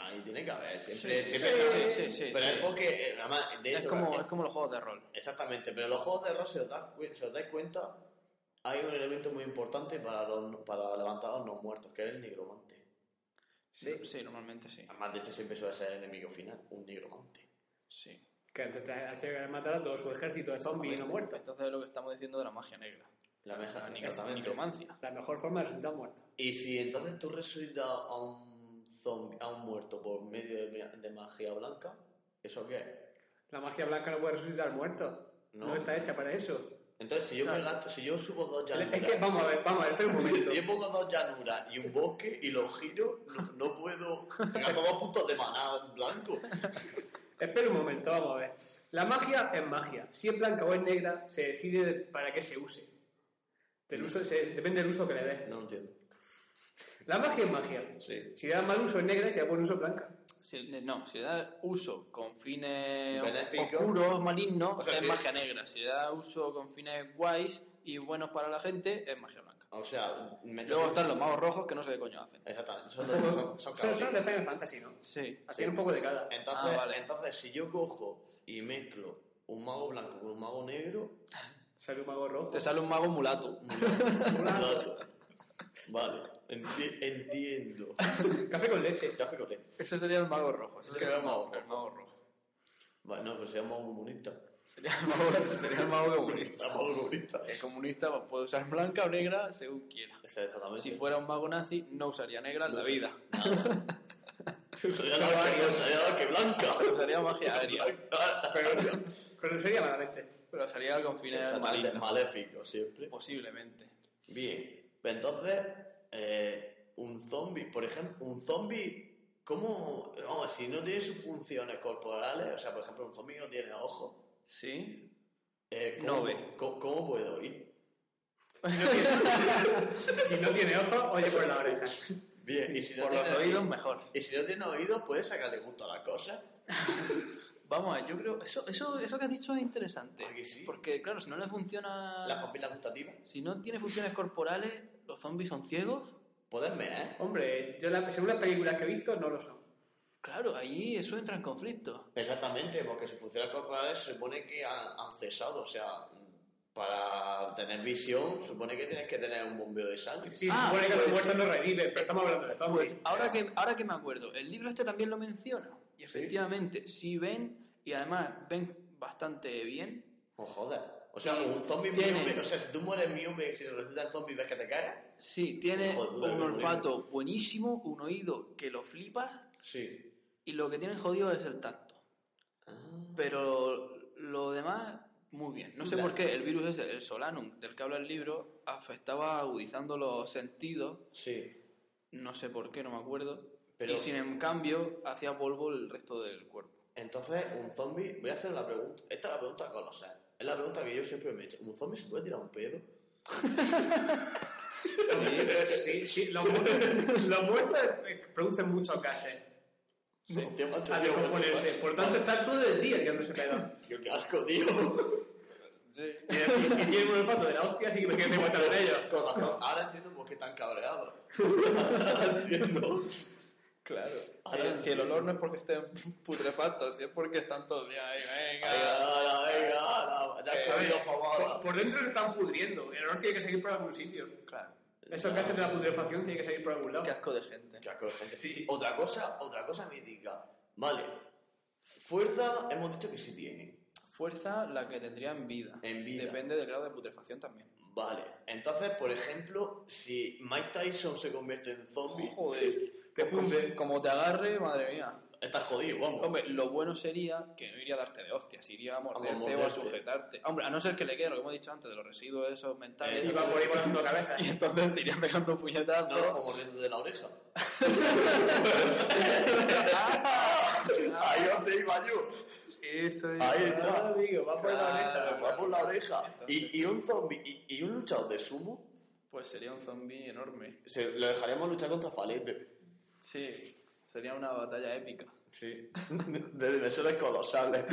Ahí tiene que haber, siempre.
Sí,
siempre
sí,
está bien.
sí, sí,
pero
sí.
es porque, eh, además, de
Es
hecho,
como,
eh,
es como los juegos de rol.
exactamente, pero los juegos de rol, si os, das cu- si os dais cuenta, hay un elemento muy importante para, los- para levantar a los no muertos, que es el nigromante.
Sí.
Sí, normalmente sí.
Además, de hecho, siempre suele ser el enemigo final, un nigromante.
sí.
Que antes te- te que matar a todo su ejército de zombies y no muertos.
Entonces es lo que estamos diciendo de la magia negra.
La mesa,
Ah,
La nic-
exactamente.
necromancia.
La mejor forma de resultar muerto.
Y si entonces tú resucitas a un zombi, a un muerto por medio de, ma- de magia blanca, ¿eso qué es?
La magia blanca no puede resucitar muertos. No,
No.
está hecha para eso.
Entonces, si yo me gasto, si yo subo dos llanuras.
Es que vamos a ver, vamos a ver, espera un momento.
Si yo pongo dos llanuras y un bosque y los giro, no, no puedo. Venga, todos juntos de maná blanco.
Espera un momento, vamos a ver. La magia es magia. Si es blanca o es negra, se decide de- para qué se use. Del uso, se- depende del uso que le des.
No lo entiendo.
La magia es magia.
Sí.
Si le das mal uso es negra y si le das buen uso es blanca.
Si le- no, si le da uso con fines
Benéfico.
oscuros, malignos,
O sea,
es
sí.
magia negra. Si le da uso con fines guays y buenos para la gente, es magia blanca.
O sea, me
Luego están los magos rojos que no sé qué coño hacen.
Exactamente. Son,
Son,
son,
son-
son
son de
caballeros.
Final Fantasy, ¿no?
Sí.
Hacían un poco de cada.
Entonces,
Ah, vale.
entonces, si yo cojo y mezclo un mago blanco con un mago negro,
Sale un mago rojo.
Te sale un mago mulato.
Mulato. Vale, enti- entiendo.
Café con leche.
Café con leche.
Ese sería el mago rojo. Ese
Creo
sería el
que
mago,
mago
el mago rojo.
Vale, no, pues pero seamos comunistas.
Sería el mago, sería el mago comunista.
Seamos comunistas.
El comunista pues, puede usar blanca o negra según quiera.
Exactamente.
Si fuera un mago nazi, no usaría negra en la vida.
Sería la que,
pues,
sería la que blanca.
Usaría magia aérea.
Pero, pero sería malamente.
Pero sería con fines
Exactamente,
malignos.
maléfico siempre.
Posiblemente.
Bien, entonces, eh, un zombie, por ejemplo, un zombie, ¿cómo? Vamos, si no tiene sus funciones corporales, o sea, por ejemplo, un zombie que no tiene ojos,
¿Sí?
eh, ¿cómo,
No ve.
¿cómo, cómo puede oír?
Si no tiene ojos, oye por la oreja.
Bien, y si no
Por los
tiene-
oídos, mejor.
Y si no tiene oídos, puedes sacarle gusto a la cosa.
Vamos a ver, yo creo. Eso, eso, eso que has dicho es interesante.
¿A que sí?
Porque, claro, si no le funciona.
Las papilas gustativas.
Si no tiene funciones corporales, los zombies son ciegos.
Puedes mear.
Hombre, yo la- según las películas que he visto, no lo son.
Claro, ahí eso entra en conflicto.
Exactamente, porque sus funciones corporales se supone que han, han cesado. O sea, para tener visión, supone que tienes que tener un bombeo de sangre.
Sí,
Ah,
supone que los
pues-
muertos no reviven, pero estamos hablando de zombies.
Ahora que, ahora que me acuerdo, el libro este también lo menciona. Y efectivamente, si ven, y además ven bastante bien,
No jodas. Pues O sea, un zombie
Tiene-
miope. O sea, si tú mueres miope, si resulta el zombie, ves que te cagas.
sí, tiene
Joder,
un
dale,
olfato buenísimo, un oído que lo flipas,
Sí.
y lo que tienen jodido es el tacto.
Ah.
Pero lo demás, muy bien. No sé
Claro.
por qué el virus ese, el solanum, del que habla el libro, afectaba agudizando los sentidos.
Sí.
No sé por qué, no me acuerdo.
Pero-
Y sin en cambio, hacía polvo el resto del cuerpo.
Entonces, un zombie. Voy a hacer la pregunta. Esta es la pregunta colosal. Es la pregunta que yo siempre me he hecho. ¿Un zombie se puede tirar un pedo?
pues Sí, sí, los muertos, los muertos, eh, producen muchos gases
Sí, tío, macho,
a
tío,
descomponerse.
macho,
Por tanto, están todo el día quedándose pedo.
Tío, qué asco, tío.
Y así, que tienen un olfato de la hostia, así que me quedé muerto con ellos.
Con razón. Ahora entiendo por qué tan cabreado. Ahora entiendo.
Claro.
Ahora
si, el olor no es porque estén putrefactos, si es porque están todos el día ahí, venga.
Venga, venga, venga. Ya
A
he
ver,
comido
Eh, por,
fabada.
por dentro se están pudriendo. El olor tiene que seguir por algún sitio.
Claro.
Esos gases de la putrefacción tienen que seguir por algún
Qué
lado.
asco de gente.
Qué asco de gente. Otra cosa, otra cosa mítica. Vale. Fuerza hemos dicho que sí tiene.
Fuerza la que tendría en vida.
En vida.
Depende del grado de putrefacción también.
Vale. Entonces, por ejemplo, si Mike Tyson se convierte en zombie,
Joder.
Te funde.
Como te agarre, madre mía.
Estás jodido, vamos.
Hombre, lo bueno sería que no iría a darte de hostias, iría a morderte o a
morderte.
sujetarte. Hombre, a no ser que le quede lo que hemos dicho antes de los residuos esos mentales.
Y va por ahí volando cabeza.
Y entonces te iría pegando
No,
puñetazos.
como mordiendo de la oreja.
Ah,
Ahí donde iba yo.
Eso es.
Ahí
Ah,
está.
amigo, va por la
Claro.
oreja.
Va por la oreja.
Entonces,
Y, y un zombie y, y un luchador de sumo,
Pues sería un zombi enorme.
se- lo dejaríamos luchar contra Falete.
Sí, sería una batalla épica.
Sí. De dimensiones colosales.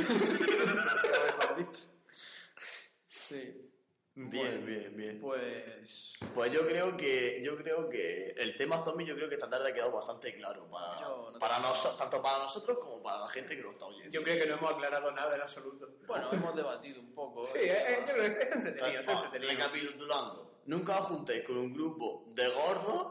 Sí.
Bien, bien, bien.
Pues.
Pues yo creo que yo creo que el tema zombie yo creo que esta tarde ha quedado bastante claro para,
Yo no
para
tengo-
nosotros, tanto para nosotros como para la gente que lo está oyendo.
Yo creo que no hemos aclarado nada en absoluto.
Bueno, hemos debatido un poco.
Sí, eh,
el
eh,
tema.
yo creo que está entretenido, está
Ah,
entretenido.
Recapitulando, nunca os juntéis con un grupo de gordos,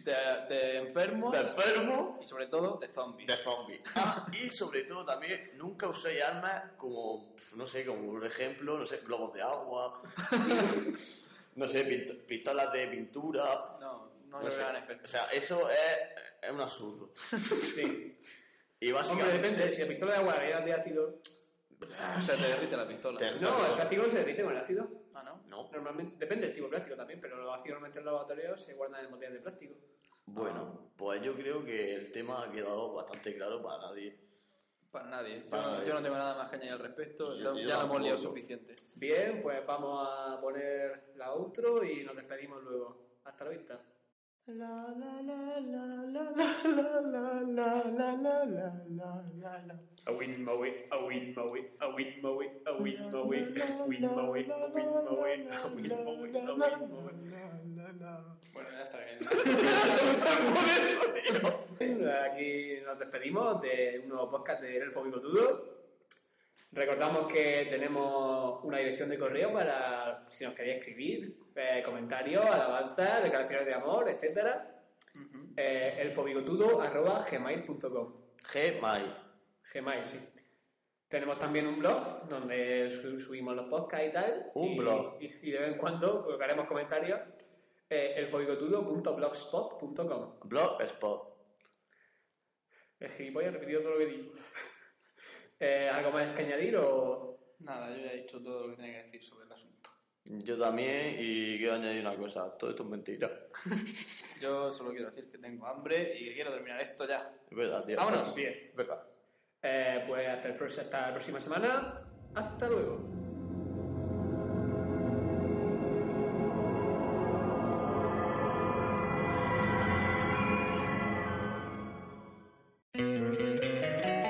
de, de enfermos
de enfermos
y sobre todo de zombies.
de zombies. Ah, y sobre todo también, nunca uséis armas como, pf, no sé, como por ejemplo, no sé, globos de agua, no sé, pint- pistolas de pintura.
No, no,
No
creo
sé.
que hagan
O
efecto.
sea, eso es, es un absurdo.
Sí.
Y
Hombre,
básicamente...
depende, si la pistola de agua era de ácido.
Se te derrite la pistola.
Te-
No, el plástico se derrite con el ácido.
Ah, ¿no?
No,
Normalmente, depende del tipo de plástico también, pero los ácidos normalmente en los laboratorios se guardan en botellas de plástico.
bueno, pues yo creo que el tema ha quedado bastante claro para nadie.
Para nadie. Yo,
Para
no-
nadie.
yo no tengo nada más que añadir al respecto.
Yo-
ya
yo
ya lo hemos
tampoco.
liado suficiente.
Bien, pues vamos a poner la outro y nos despedimos luego. Hasta la vista. A win my way, a win my way, a win my way, a win my way, a win my way, a win my way, a win my way, a win my way.
Bueno, ya está bien.
Aquí nos despedimos de un nuevo podcast de El Fóbico Tudo. Recordamos que tenemos una dirección de correo para si nos queréis escribir, eh, comentarios, alabanzas, declaraciones de amor, etcétera. Eh, elfobicotudo@gmail.com.
Gmail.
Gmail, sí. Tenemos también un blog donde su- subimos los podcasts y tal.
Un
y,
blog.
Y, y de vez en cuando colocaremos comentarios. Eh, elfobicotudo.blogspot.com.
Blogspot.
El gilipollas repetido todo lo que digo. Eh, ¿Algo más que añadir o...?
Nada, yo ya he dicho todo lo que tenía que decir sobre el asunto.
Yo también, y quiero añadir una cosa, todo esto es mentira.
Yo solo quiero decir que tengo hambre y que quiero terminar esto ya.
Es verdad, tío.
Vámonos.
Bien.
Es verdad.
Eh, pues hasta, el pro- hasta la próxima semana. Hasta luego.